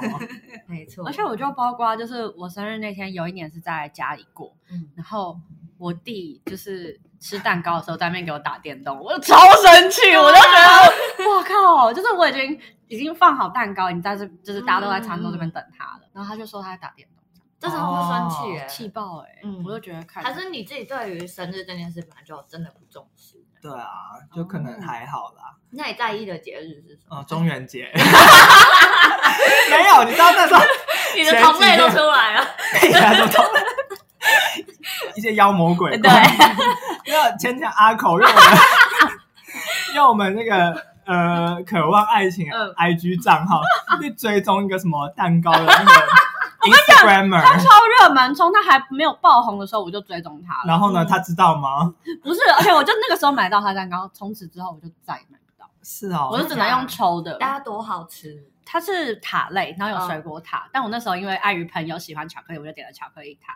[SPEAKER 1] 没错，
[SPEAKER 3] 而且我就包括就是我生日那天，有一年是在家里过，
[SPEAKER 1] 嗯
[SPEAKER 3] 然后我弟就是吃蛋糕的时候在那边给我打电动，我就超生气，我就觉 得我靠，就是我已经已经放好蛋糕，你在这就是大家都在餐桌这边等他
[SPEAKER 1] 嗯
[SPEAKER 3] 了，然后他就说他在打电动，
[SPEAKER 1] 这时候会生气耶、
[SPEAKER 3] 气爆哎、欸，
[SPEAKER 1] 嗯
[SPEAKER 3] 我就觉得看
[SPEAKER 1] 还是你自己对于生日这件事本来就真的不重视。
[SPEAKER 2] 对啊，就可能还好啦。
[SPEAKER 1] 那你在意的节日是什么？
[SPEAKER 2] 哦，中元节 没有，你知道那时候
[SPEAKER 1] 你的同类都出来了，
[SPEAKER 2] 哎呀，怎么都一些妖魔鬼怪。 因为前天阿口用我们用我们那个呃渴望爱情
[SPEAKER 1] 嗯
[SPEAKER 2] IG 账号去追踪一个什么蛋糕的那个 Instagramer，
[SPEAKER 3] 超热门，从他还没有爆红的时候我就追踪他了，
[SPEAKER 2] 然后呢，他知道吗？
[SPEAKER 3] 不是，而且我就那个时候买到他蛋糕，从此之后我就再也买不到，
[SPEAKER 2] 是
[SPEAKER 3] 我
[SPEAKER 2] 哦，
[SPEAKER 3] 就只能用抽的。
[SPEAKER 1] 大家多好吃。
[SPEAKER 3] 它是塔类，然后有
[SPEAKER 1] 嗯
[SPEAKER 3] 水果塔，但我那时候因为碍于朋友喜欢巧克力，我就点了巧克力塔，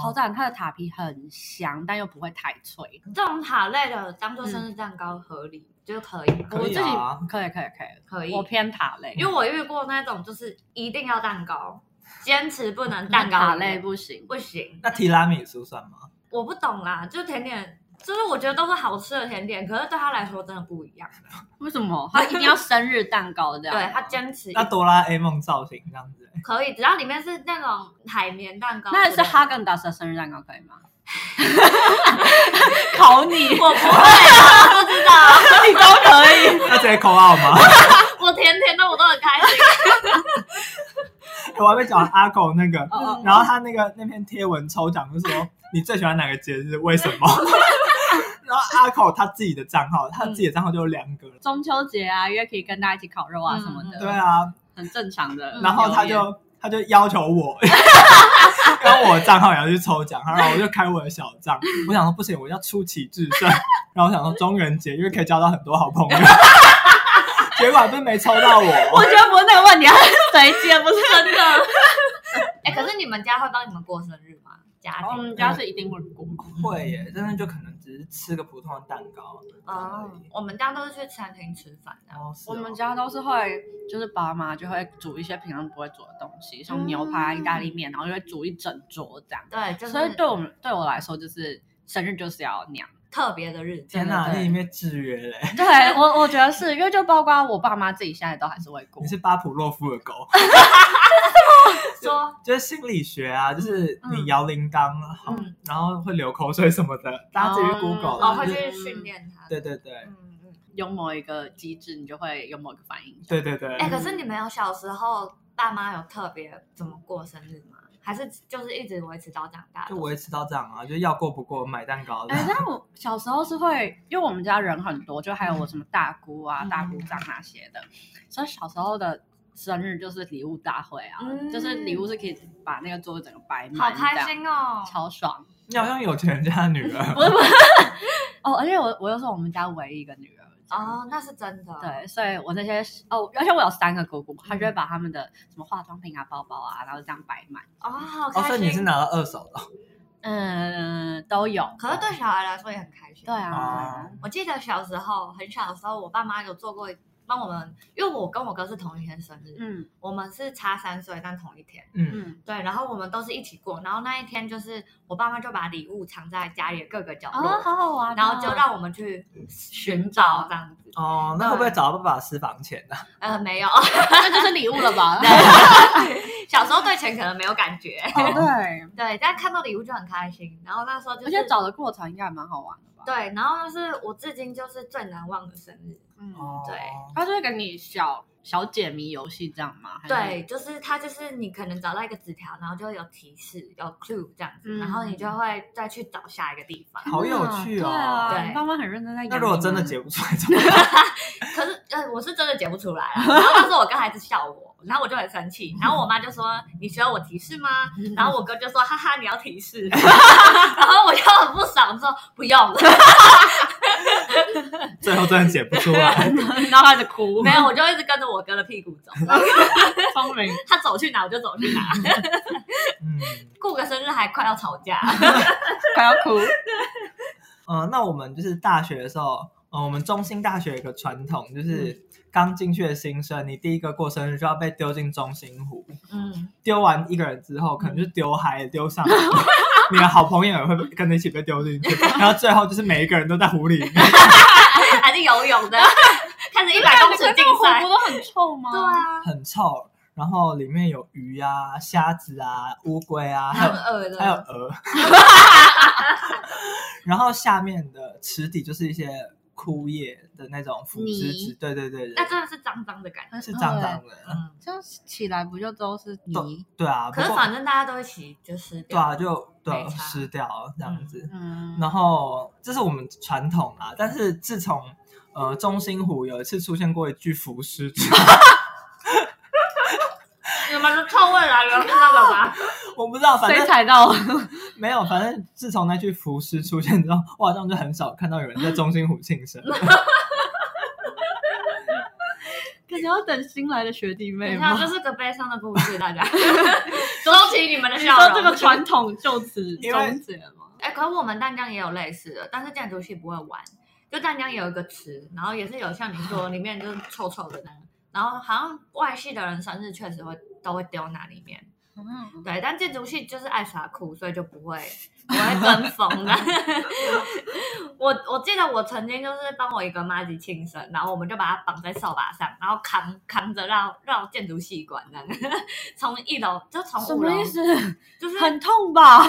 [SPEAKER 3] 超
[SPEAKER 2] 哦
[SPEAKER 3] 赞！它的塔皮很香，但又不会太脆。
[SPEAKER 1] 这种塔类的当做生日蛋糕合理，就是可以，
[SPEAKER 2] 可以
[SPEAKER 3] 我自己
[SPEAKER 2] 啊
[SPEAKER 3] 可以可以可
[SPEAKER 1] 可以
[SPEAKER 3] 以，我。偏塔类，
[SPEAKER 1] 因为我遇过那种就是一定要蛋糕，坚持不能蛋
[SPEAKER 3] 蛋
[SPEAKER 1] 糕
[SPEAKER 3] 塔
[SPEAKER 1] 以外
[SPEAKER 3] 类不行。
[SPEAKER 1] 不行，
[SPEAKER 2] 那提拉米苏算吗？
[SPEAKER 1] 我不懂啦，就甜点。就是我觉得都是好吃的甜点，可是对他来说真的不一样。
[SPEAKER 3] 为什么？它一定要生日蛋糕这样吗？
[SPEAKER 1] 对他坚持
[SPEAKER 2] 那哆啦 A 梦造型这样子，
[SPEAKER 1] 可以，只要里面是那种海绵蛋糕之类的，
[SPEAKER 3] 那是哈根达斯的生日蛋糕可以吗？考你，你
[SPEAKER 1] 我不会，我不知道，
[SPEAKER 3] 都可以。
[SPEAKER 2] 那直接扣号吗？
[SPEAKER 1] 我甜甜的我都很开心。
[SPEAKER 2] 我还没讲完阿狗那个，
[SPEAKER 3] 哦哦
[SPEAKER 2] 然后他那个那篇贴文抽奖就 说你最喜欢哪个节日？为什么？ 然后阿口他自己的账号，他自己的账号就有两个了。
[SPEAKER 3] 中秋节啊，约可以跟大家一起烤肉啊
[SPEAKER 1] 嗯
[SPEAKER 3] 什么的，
[SPEAKER 2] 对，啊，嗯
[SPEAKER 3] 很正常的。
[SPEAKER 2] 然后他
[SPEAKER 3] 嗯留言
[SPEAKER 2] 就他就要求 我，然后我的账号也要去抽奖，然后我就开我的小账，我想说不行，我要出奇制 胜。然后我想说中元节，因为可以交到很多好朋友，结果还是没抽到
[SPEAKER 3] 我
[SPEAKER 2] 我。
[SPEAKER 3] 觉得不是那个问题，他是谁接不是真的。
[SPEAKER 1] 哎、可是你们家会帮你们过生日吗？家
[SPEAKER 3] 我
[SPEAKER 1] 庭？
[SPEAKER 3] 们家是一定会过，
[SPEAKER 1] 嗯
[SPEAKER 2] 会耶，真的就可能只是吃个普通的蛋糕
[SPEAKER 1] 哦，我们家都是去餐厅吃饭的。
[SPEAKER 3] 我
[SPEAKER 2] 哦
[SPEAKER 3] 们家都是会，就是爸妈就会煮一些平常不会煮的东西，像牛排、
[SPEAKER 1] 嗯
[SPEAKER 3] 意大利面，然后就会煮一整桌这样。
[SPEAKER 1] 对，就是
[SPEAKER 3] 所以对我们对我来说，就是生日就是要那样。
[SPEAKER 1] 特别的日子
[SPEAKER 2] 天。哪，
[SPEAKER 3] 对对
[SPEAKER 2] 你里面制约嘞。
[SPEAKER 3] 对我，我觉得是因为就包括我爸妈自己现在都还是会过
[SPEAKER 2] 你。是巴甫洛夫的狗，
[SPEAKER 1] 说，
[SPEAKER 2] 就是心理学啊，就是你摇铃铛，啊好
[SPEAKER 1] 嗯
[SPEAKER 2] 然后会流口水什么的，大家自己去 Google
[SPEAKER 1] 哦，
[SPEAKER 2] 啦。
[SPEAKER 1] 会
[SPEAKER 2] 就是
[SPEAKER 1] 去训练他。
[SPEAKER 2] 对对对
[SPEAKER 1] 嗯嗯。
[SPEAKER 3] 有某一个机制，你就会有某一个反应。
[SPEAKER 2] 对对对，
[SPEAKER 1] 哎、可是你们有小时候爸妈有特别怎么过生日吗？还是就是一直维持到长大？
[SPEAKER 2] 就维持到这样啊，就要过不过买蛋糕的
[SPEAKER 3] 哎，，但我小时候是会，因为我们家人很多，就还有我什么大姑啊、
[SPEAKER 1] 嗯
[SPEAKER 3] 大姑丈那些的，所以小时候的生日就是礼物大会啊，
[SPEAKER 1] 嗯
[SPEAKER 3] 就是礼物是可以把那个桌子整个摆
[SPEAKER 1] 好
[SPEAKER 3] 满，
[SPEAKER 1] 开
[SPEAKER 3] 这样，
[SPEAKER 1] 心哦！
[SPEAKER 3] 超爽。
[SPEAKER 2] 你好像有钱人家的女 儿，
[SPEAKER 3] 不是不是，哦，而且我我又是我们家唯一一个女儿。
[SPEAKER 1] 哦，那是真的。，
[SPEAKER 3] 对，所以我那些哦，而且我有三个姑姑，她就会把她们的什么化妆品啊、包包啊，然后这样摆满，
[SPEAKER 1] 哦，好
[SPEAKER 2] 哦，
[SPEAKER 1] 开
[SPEAKER 2] 所以
[SPEAKER 1] 心。
[SPEAKER 2] 你是拿到二手的哦，
[SPEAKER 3] 嗯，都有。
[SPEAKER 1] 可是对小孩来说也很开心。
[SPEAKER 3] 对啊，对啊
[SPEAKER 2] 哦
[SPEAKER 1] 我记得小时候很小的时候，我爸妈有做过帮我们，因为我跟我哥是同一天生日，
[SPEAKER 3] 嗯
[SPEAKER 1] 我们是差三岁，但同一天。
[SPEAKER 2] 嗯，
[SPEAKER 3] 嗯，
[SPEAKER 1] 对，然后我们都是一起过，然后那一天就是我爸妈就把礼物藏在家里的各个角落，
[SPEAKER 3] 啊，好好玩啊。
[SPEAKER 1] 然后就让我们去寻找这样子。
[SPEAKER 2] 哦，那会不会找到爸爸私房 钱呢？
[SPEAKER 1] 呃，没有，
[SPEAKER 3] 那就是礼物了吧？
[SPEAKER 1] 小时候对钱可能没有感觉，
[SPEAKER 3] 哦 对
[SPEAKER 2] 哦，
[SPEAKER 1] 对，但看到礼物就很开心。然后那时候就
[SPEAKER 3] 而且
[SPEAKER 1] 是
[SPEAKER 3] 找的过程应该还蛮好玩的吧？
[SPEAKER 1] 对，然后是我至今就是最难忘的生日。
[SPEAKER 3] 嗯，
[SPEAKER 2] 哦
[SPEAKER 1] 对
[SPEAKER 3] 他就会给你小小解谜游戏这样吗？还是
[SPEAKER 1] 对，，就是它就是你可能找到一个纸条，然后就会有提示、有 clue 这样子，然后你就会再去找下一个地 方。
[SPEAKER 2] 好有趣哦
[SPEAKER 3] 对啊，
[SPEAKER 1] 对
[SPEAKER 3] 你爸妈很认真在养你
[SPEAKER 2] 那
[SPEAKER 3] 们。
[SPEAKER 2] 如果真的解不出来怎么办？
[SPEAKER 1] 可是呃，我是真的解不出来啊。然后那时候我哥还是笑我，然后我就很生气。然后我妈就说：“你需要我提示吗？”然后我哥就说：“哈哈，你要提示。” 然后我就很不爽，说：“不用了。
[SPEAKER 2] 最后真的解不出 来，
[SPEAKER 3] 然后开始”哭，
[SPEAKER 1] 没有，我就一直跟着我哥的屁股走，
[SPEAKER 3] 聪明。
[SPEAKER 1] 他走去哪我就走去哪。
[SPEAKER 2] 嗯。
[SPEAKER 1] 过个生日还快要吵架，
[SPEAKER 3] 快要哭，
[SPEAKER 2] 嗯，那我们就是大学的时候，嗯，我们中心大学有一个传统，就是刚进去的新生，你第一个过生日就要被丢进中心湖，
[SPEAKER 1] 嗯，
[SPEAKER 2] 丢完一个人之后，可能就丢海、丢上，你的好朋友也会跟着一起被丢进去，然后最后就是每一个人都在湖里面。
[SPEAKER 1] 还是游泳的， 看着一百公尺竞赛
[SPEAKER 3] 不。都很臭吗？
[SPEAKER 1] 对，啊，
[SPEAKER 2] 很臭，然后里面有鱼啊、虾子啊、乌龟啊，还
[SPEAKER 1] 很
[SPEAKER 2] 有
[SPEAKER 1] 恶的。
[SPEAKER 2] 还有鹅。然后下面的池底就是一些枯叶的那种腐殖
[SPEAKER 1] 泥
[SPEAKER 2] 质，对对对
[SPEAKER 1] 那
[SPEAKER 2] 对，
[SPEAKER 1] 真的是脏脏的感觉。
[SPEAKER 2] 是脏脏的。
[SPEAKER 1] 嗯，
[SPEAKER 3] 这样起来不就都是泥？
[SPEAKER 2] 对啊，
[SPEAKER 1] 可
[SPEAKER 2] 不
[SPEAKER 1] 是
[SPEAKER 2] 过
[SPEAKER 1] 反正大家都一起就是
[SPEAKER 2] 对啊，就对
[SPEAKER 1] 没差
[SPEAKER 2] 湿掉了这样子。
[SPEAKER 3] 嗯，
[SPEAKER 2] 然后这是我们传统啊，但是自从呃中心湖有一次出现过一具浮尸之后，
[SPEAKER 1] 你们的臭味来源看到了 吧？
[SPEAKER 2] 我不知道，反
[SPEAKER 3] 谁
[SPEAKER 2] 正
[SPEAKER 3] 踩到？
[SPEAKER 2] 没有，反正自从那具浮尸出现之后，我好像就很少看到有人在中心湖庆生。
[SPEAKER 3] 感觉要等新来的学弟妹
[SPEAKER 1] 你
[SPEAKER 3] 吗
[SPEAKER 1] 看，？这是个悲伤的故事， 大家收起你们的
[SPEAKER 3] 你
[SPEAKER 1] 笑
[SPEAKER 3] 说
[SPEAKER 1] 容。
[SPEAKER 3] 这个传统就此
[SPEAKER 2] 因为
[SPEAKER 3] 终结吗？
[SPEAKER 1] 哎、可是我们淡江也有类似的，但是建筑系不会玩。就淡江也有一个池，然后也是有像你说里面就是臭臭的那个，然后好像外系的人生日确实会都会丢那里面。
[SPEAKER 3] 嗯，
[SPEAKER 1] 对，但建筑系就是爱耍酷，所以就不会不会跟风的。 我我记得我曾经就是帮我一个妈吉庆生，然后我们就把她绑在扫把上，然后扛扛着绕绕建筑系馆这样， 从一楼就从
[SPEAKER 3] 什
[SPEAKER 1] 五
[SPEAKER 3] 么
[SPEAKER 1] 楼
[SPEAKER 3] 意，思？
[SPEAKER 1] 就是
[SPEAKER 3] 很痛吧？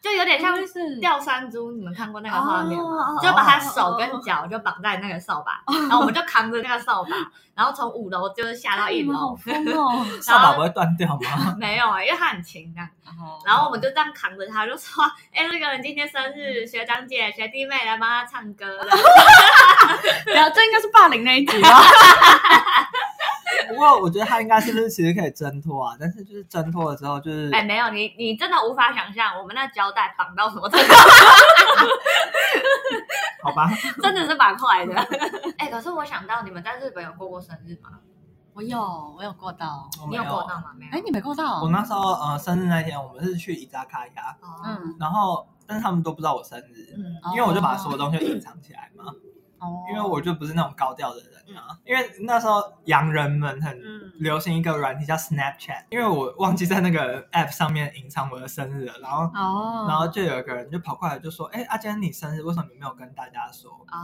[SPEAKER 1] 就有点像
[SPEAKER 3] 什么意思
[SPEAKER 1] 吊山猪，你们看过那个画面吗？
[SPEAKER 3] 哦
[SPEAKER 1] 就把他手跟脚就绑在那个扫把，然后我 们就扛着那个扫把，然后从五楼就是下到一
[SPEAKER 3] 你们好
[SPEAKER 1] 楼，
[SPEAKER 3] 疯哦！
[SPEAKER 2] 扫把不会断掉 吗？
[SPEAKER 1] 没有啊、因为他很勤这样。然后我们就这样扛着他，就说：“ 哎、那个人今天生日，学长姐、学弟妹来帮他唱歌。
[SPEAKER 3] 然后这应该是霸凌那一集吧？
[SPEAKER 2] 不过我觉得他应该是不是其实可以挣脱啊，但是就是挣脱了之后就是”
[SPEAKER 1] 哎，没有你，你真的无法想象我们那胶带绑到什么程度，
[SPEAKER 2] 好吧，
[SPEAKER 1] 真的是蛮快的。 哎、可是我想到你们在日本有过过生日吗？
[SPEAKER 3] 我有，我有过到。
[SPEAKER 2] 我
[SPEAKER 1] 你
[SPEAKER 2] 没
[SPEAKER 1] 有
[SPEAKER 2] 有
[SPEAKER 1] 过到吗？没有。
[SPEAKER 3] 哎，你没过到？
[SPEAKER 2] 我那时候呃生日那天，我们是去伊扎卡亚，
[SPEAKER 1] 哦
[SPEAKER 3] 嗯，
[SPEAKER 2] 然后但是他们都不知道我生日，
[SPEAKER 1] 嗯
[SPEAKER 3] 哦
[SPEAKER 2] 因为我就把所有东西都隐藏起来嘛，
[SPEAKER 3] 哦
[SPEAKER 2] 因为我就不是那种高调的人啊，因为那时候洋人们很
[SPEAKER 1] 嗯，
[SPEAKER 2] 流行一个软体叫 Snapchat，因为我忘记在那个 App 上面隐藏我的生日了，然后
[SPEAKER 1] 嗯
[SPEAKER 3] 哦，
[SPEAKER 2] 然后就有一个人就跑过来就说：“哎、阿坚，你生日为什么你没有跟大家说？”对，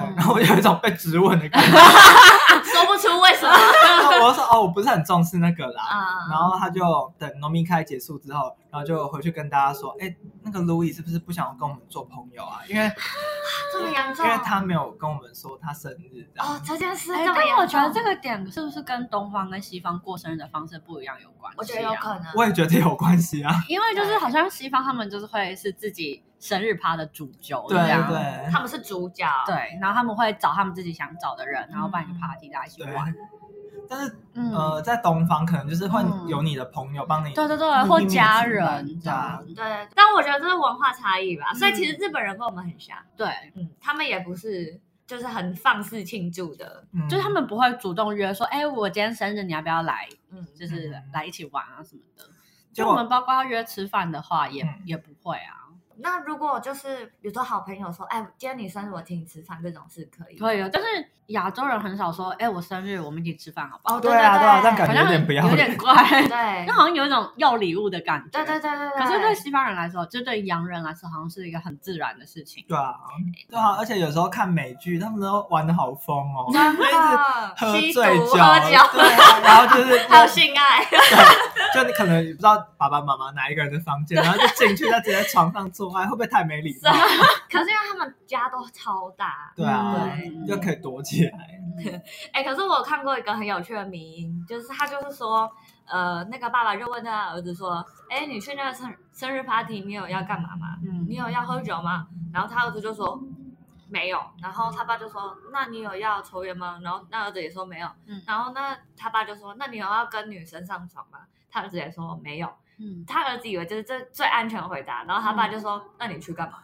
[SPEAKER 1] 哦，
[SPEAKER 2] 然后我有一种被质问的感觉，
[SPEAKER 1] 说不出为什么
[SPEAKER 2] 然后我就说：“哦，我不是很重视那个啦。
[SPEAKER 1] 啊。
[SPEAKER 2] 然后他就等农民开结束之后，然后就回去跟大家说：“哎，那个 Louis 是不是不想跟我们做朋友啊？因为
[SPEAKER 1] 这么严
[SPEAKER 2] 因
[SPEAKER 1] 重？
[SPEAKER 2] 为他没有跟我们说他生日这样。
[SPEAKER 1] 哦，这件事
[SPEAKER 3] 哎，
[SPEAKER 1] 这么严
[SPEAKER 3] 但
[SPEAKER 1] 重，
[SPEAKER 3] 我觉得这个点是不是跟东方跟西方过生日的方式不一样有关系、啊？
[SPEAKER 1] 我觉得有可能。
[SPEAKER 2] 我也觉得有关系啊，
[SPEAKER 3] 因为就是好像西方他们就是会是自己生日趴的主轴这
[SPEAKER 2] 对
[SPEAKER 3] 样，
[SPEAKER 2] 对
[SPEAKER 1] 他们是主角，
[SPEAKER 3] 对然后他们会找他们自己想找的人，然后办一个 party 大家一起
[SPEAKER 2] 对
[SPEAKER 3] 玩。。
[SPEAKER 2] 但是
[SPEAKER 3] 嗯，
[SPEAKER 2] 呃，在东方可能就是会
[SPEAKER 3] 嗯
[SPEAKER 2] 有你的朋友帮你
[SPEAKER 3] 对对
[SPEAKER 2] 秘
[SPEAKER 3] 对，
[SPEAKER 2] 密
[SPEAKER 3] 或家
[SPEAKER 2] 举办
[SPEAKER 3] 人这样，
[SPEAKER 1] 对，但我觉得这是文化差异吧，所以其实日本人跟我们很像，
[SPEAKER 3] 对，
[SPEAKER 1] 嗯，他们也不是就是很放肆庆祝的，
[SPEAKER 2] 嗯
[SPEAKER 3] 就是他们不会主动约说，哎，我今天生日，你要不要来？
[SPEAKER 1] 嗯，
[SPEAKER 3] 就是
[SPEAKER 2] 嗯
[SPEAKER 3] 来一起玩啊什么的。
[SPEAKER 2] 结
[SPEAKER 3] 就
[SPEAKER 2] 果
[SPEAKER 3] 我们包括要约吃饭的话，也
[SPEAKER 2] 嗯
[SPEAKER 3] 也不会啊。
[SPEAKER 1] 那如果就是比如说好朋友说，哎，今天你生日，我请你吃饭，这种是可以，
[SPEAKER 3] 可以啊，但是亚洲人很少说，哎，我生日，我们一起吃饭好不好？
[SPEAKER 1] 哦，
[SPEAKER 2] 对
[SPEAKER 1] 对
[SPEAKER 2] 啊对啊，这样啊感觉
[SPEAKER 3] 好像
[SPEAKER 2] 有点不要
[SPEAKER 3] 有
[SPEAKER 2] 脸。
[SPEAKER 3] 点怪。
[SPEAKER 1] 对
[SPEAKER 3] 那好像有一种要礼物的感觉。
[SPEAKER 1] 对对对对对，
[SPEAKER 3] 可是对西方人来说，就对洋人来说，好像是一个很自然的事情。
[SPEAKER 2] 对啊，对啊，而且有时候看美剧，他们都玩的好疯哦，
[SPEAKER 1] 真
[SPEAKER 2] 就一
[SPEAKER 1] 的
[SPEAKER 2] 直 喝
[SPEAKER 1] 吸
[SPEAKER 2] 醉
[SPEAKER 1] 毒、
[SPEAKER 2] 酒，
[SPEAKER 1] 喝酒，
[SPEAKER 2] 对啊，然后就是
[SPEAKER 1] 还有性爱，
[SPEAKER 2] 就你可能也不知道爸爸妈妈哪一个人的房间，然后就进去，他直接在床上做爱，会不会太没礼貌？
[SPEAKER 1] 可是因啊为他们家都超大，
[SPEAKER 2] 对啊，
[SPEAKER 3] 嗯
[SPEAKER 2] 就可以躲起来。
[SPEAKER 1] 哎、可是我有看过一个很有趣的迷因，就是他就是说，呃，那个爸爸就问他儿子说，哎，你去那个生生日 party，你有要干嘛吗？
[SPEAKER 3] 嗯
[SPEAKER 1] 你有要喝酒吗？然后他儿子就说没有，然后他爸就说，那你有要抽烟吗？然后那儿子也说没有，
[SPEAKER 3] 嗯
[SPEAKER 1] 然后那他爸就说，那你有要跟女生上床吗？他儿子也说没有，
[SPEAKER 3] 嗯，
[SPEAKER 1] 他儿子以为这是这最安全的回答，然后他爸就说，那你去干嘛？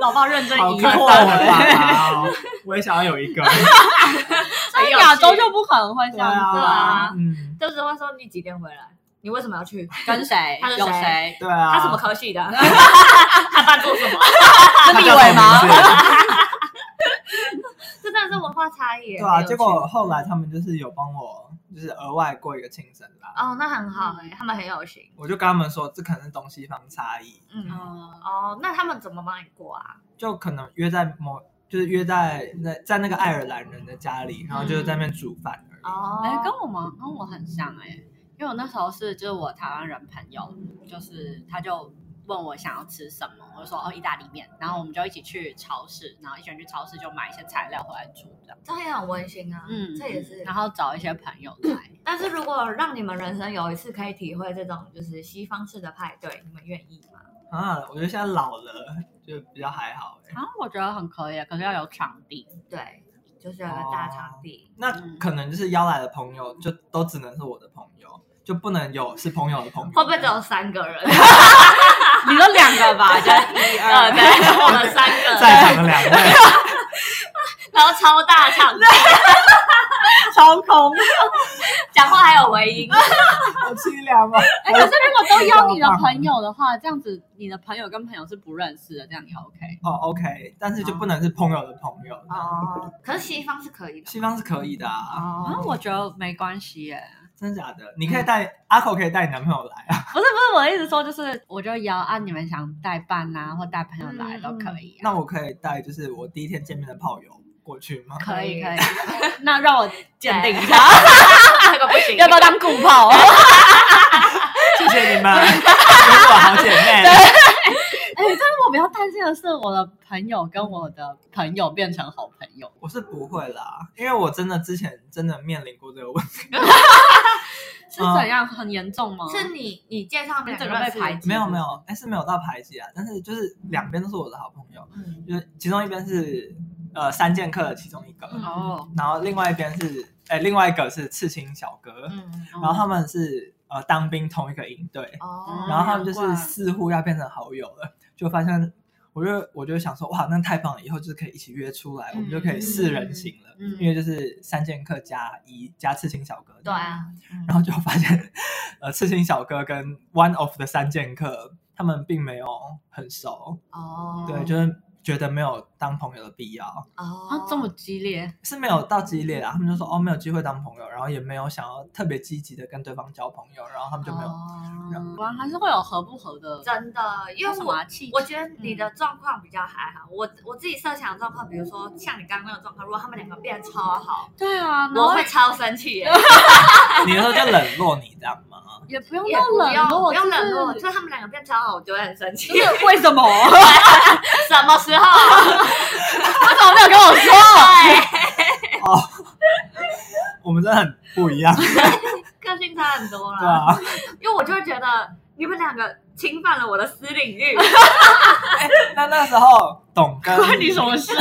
[SPEAKER 3] 老爸认真
[SPEAKER 2] 好
[SPEAKER 3] 疑
[SPEAKER 2] 看
[SPEAKER 3] 惑
[SPEAKER 2] 到我爸爸哦，我也想要有一个。
[SPEAKER 3] 在亚洲就不可能会这
[SPEAKER 2] 对
[SPEAKER 3] 样子
[SPEAKER 1] 啊
[SPEAKER 2] 啊，嗯，
[SPEAKER 1] 就只会说你几点回来？你为什么要去？
[SPEAKER 3] 跟谁
[SPEAKER 1] 他是？谁
[SPEAKER 3] 有谁？
[SPEAKER 2] 对啊。
[SPEAKER 1] 他什么科系的？ 他爸做什么？
[SPEAKER 3] 是
[SPEAKER 2] 他
[SPEAKER 3] 立
[SPEAKER 2] 叫
[SPEAKER 3] 伟吗
[SPEAKER 2] 什么名字？
[SPEAKER 1] 这真的是文化差异耶。
[SPEAKER 2] 对啊，
[SPEAKER 1] 很有趣
[SPEAKER 2] 结果后来他们就是有帮我，就是额外过一个庆生啦。
[SPEAKER 1] 哦，那很好哎，他们很有心。
[SPEAKER 2] 我就跟他们说，这可能是东西方差异，
[SPEAKER 1] 嗯，
[SPEAKER 3] 哦，
[SPEAKER 1] 哦，那他们怎么帮你过啊？
[SPEAKER 2] 就可能约在某，就是约在那在那个爱尔兰人的家里，然后就是在那边煮饭而已。
[SPEAKER 1] 哦，
[SPEAKER 3] 哎、跟我们跟我很像哎、因为我那时候是就是我台湾人朋友，就是他就问我想要吃什么，我就说哦意大利面，然后我们就一起去超市，然后一起去超市就买一些材料回来煮这样，
[SPEAKER 1] 这也很温馨啊。
[SPEAKER 3] 嗯，
[SPEAKER 1] 这也是
[SPEAKER 3] 然。后找一些朋友来，
[SPEAKER 1] 但是如果让你们人生有一次可以体会这种就是西方式的派对，你们愿意吗？
[SPEAKER 2] 啊，我觉得现在老了就比较还好哎、
[SPEAKER 3] 然后啊我觉得很可以，可是要有场 地，
[SPEAKER 1] 对，就是有一个大场地。
[SPEAKER 2] 那可能就是邀来的朋友，就都只能是我的朋友，就不能有是朋友的朋友。
[SPEAKER 1] 会不会只有三个人？
[SPEAKER 3] 你说两个吧，就一
[SPEAKER 1] 呃，
[SPEAKER 3] 二
[SPEAKER 1] 对，我们三 个，
[SPEAKER 2] 在场的两位？
[SPEAKER 1] 然后超大场地，
[SPEAKER 3] 超空。
[SPEAKER 1] 讲话还有回音。
[SPEAKER 2] 好凄凉哦。
[SPEAKER 3] 哎、可是如果都邀你的朋友的话，这样子你的朋友跟朋友是不认识的，这样你 OK？
[SPEAKER 2] 哦，OK，但是就不能是朋友的朋友。
[SPEAKER 1] 哦， 可是西方是可以的。
[SPEAKER 2] 西方是可以的啊，
[SPEAKER 3] 啊，
[SPEAKER 1] 哦，
[SPEAKER 3] 我觉得没关系耶。
[SPEAKER 2] 真的假的？你可以带阿口可以带你男朋友来啊，
[SPEAKER 3] 不是不是，我的意思说就是，我就邀啊，你们想代办啊，或带朋友来
[SPEAKER 1] 嗯
[SPEAKER 3] 都可以啊、
[SPEAKER 2] 那我可以带就是我第一天见面的炮友过去吗？
[SPEAKER 3] 可以
[SPEAKER 1] 可
[SPEAKER 3] 可
[SPEAKER 1] 以
[SPEAKER 3] 以， 那让我鉴定一下，
[SPEAKER 1] 这个不行，
[SPEAKER 3] 要不要当固炮、 啊？
[SPEAKER 2] 谢谢 你们，你们是我好姐妹。
[SPEAKER 3] 哎、但是我比较担心的是，我的朋友跟我的朋友变成好朋友，
[SPEAKER 2] 我是不会啦，因为我真的之前真的面临过这个问题。
[SPEAKER 3] 是怎样？很严重吗？
[SPEAKER 1] 是你你介绍
[SPEAKER 3] 你整个被排挤
[SPEAKER 2] 没有没有，哎、是没有到排挤啊，但是就是两边都是我的好朋友，
[SPEAKER 1] 嗯，
[SPEAKER 2] 就是其中一边是呃三剑客的其中一个，
[SPEAKER 1] 嗯
[SPEAKER 3] 哦，
[SPEAKER 2] 然后另外一边是哎、另外一个是刺青小哥，
[SPEAKER 1] 嗯，
[SPEAKER 2] 然
[SPEAKER 3] 哦
[SPEAKER 2] 后他们是呃当兵同一个营队，
[SPEAKER 1] 哦，
[SPEAKER 2] 然后他们就
[SPEAKER 3] 难
[SPEAKER 2] 是
[SPEAKER 3] 怪
[SPEAKER 2] 似乎要变成好友了，就发现我就我就想说，哇，那太棒了，以后就是可以一起约出来，我们就可以四人行了，
[SPEAKER 3] 嗯
[SPEAKER 2] 因为就是三剑客加一加刺青小哥，
[SPEAKER 1] 对。啊，嗯
[SPEAKER 2] 然后就发现，呃，刺青小哥跟 One of 的三剑客他们并没有很熟，
[SPEAKER 1] 哦，
[SPEAKER 3] 嗯
[SPEAKER 2] 对，就是觉得没有当朋友的必要，
[SPEAKER 1] 哦
[SPEAKER 3] 啊，这么激烈，
[SPEAKER 2] 是没有到激烈啊，他们就说哦没有机会当朋友，然后也没有想要特别积极的跟对方交朋友，然后他们就没有
[SPEAKER 3] 哦，果然还是会有合不合的，
[SPEAKER 1] 真的，因为啊
[SPEAKER 3] 什
[SPEAKER 1] 我
[SPEAKER 3] 么啊气
[SPEAKER 1] 我觉得你
[SPEAKER 3] 嗯
[SPEAKER 1] 的状况比较还好，我我自己设想的状况，比如说像你刚刚那个状况，如果他们两个变得超好，
[SPEAKER 3] 对啊，然
[SPEAKER 1] 我
[SPEAKER 3] 后
[SPEAKER 1] 会超生气 耶，
[SPEAKER 2] 你那时候就冷落你这样吗？
[SPEAKER 3] 也不用
[SPEAKER 1] 也
[SPEAKER 3] 到
[SPEAKER 1] 不
[SPEAKER 3] 冷
[SPEAKER 1] 用
[SPEAKER 3] 落，
[SPEAKER 1] 不用
[SPEAKER 3] 就是
[SPEAKER 1] 冷落，就是他们两个变超好，我就会很生气
[SPEAKER 3] 就。 是为什么？
[SPEAKER 1] 什么时候？
[SPEAKER 3] 为什么没有跟我说？
[SPEAKER 1] 对，
[SPEAKER 2] 我们真的很不一样，对
[SPEAKER 1] 个性差很多啦。
[SPEAKER 3] 哦
[SPEAKER 2] 啊。
[SPEAKER 1] 因为我就会觉得你们两个侵犯了我的私领域，
[SPEAKER 2] 哎那那时候董跟
[SPEAKER 3] 关你什么事？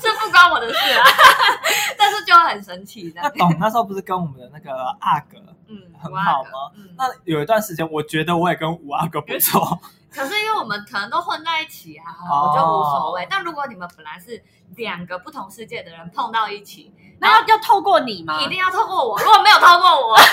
[SPEAKER 1] 这不关我的事啊。 但是就会很神奇的
[SPEAKER 3] 啊
[SPEAKER 2] 那，董那时候不是跟我们的那个阿哥，
[SPEAKER 1] 嗯，
[SPEAKER 2] 很
[SPEAKER 1] 五阿
[SPEAKER 2] 好
[SPEAKER 1] 哥
[SPEAKER 2] 吗？
[SPEAKER 1] 嗯，
[SPEAKER 2] 那有一段时间我觉得我也跟五阿哥不错，
[SPEAKER 1] 可是因为我们可能都混在一起啊，
[SPEAKER 2] 哦
[SPEAKER 1] 我就无所谓。但如果你们本来是两个不同世界的人碰到一起，
[SPEAKER 3] 那要要透过你吗？
[SPEAKER 1] 一定要透过我。如果没有透过我，
[SPEAKER 3] 嗯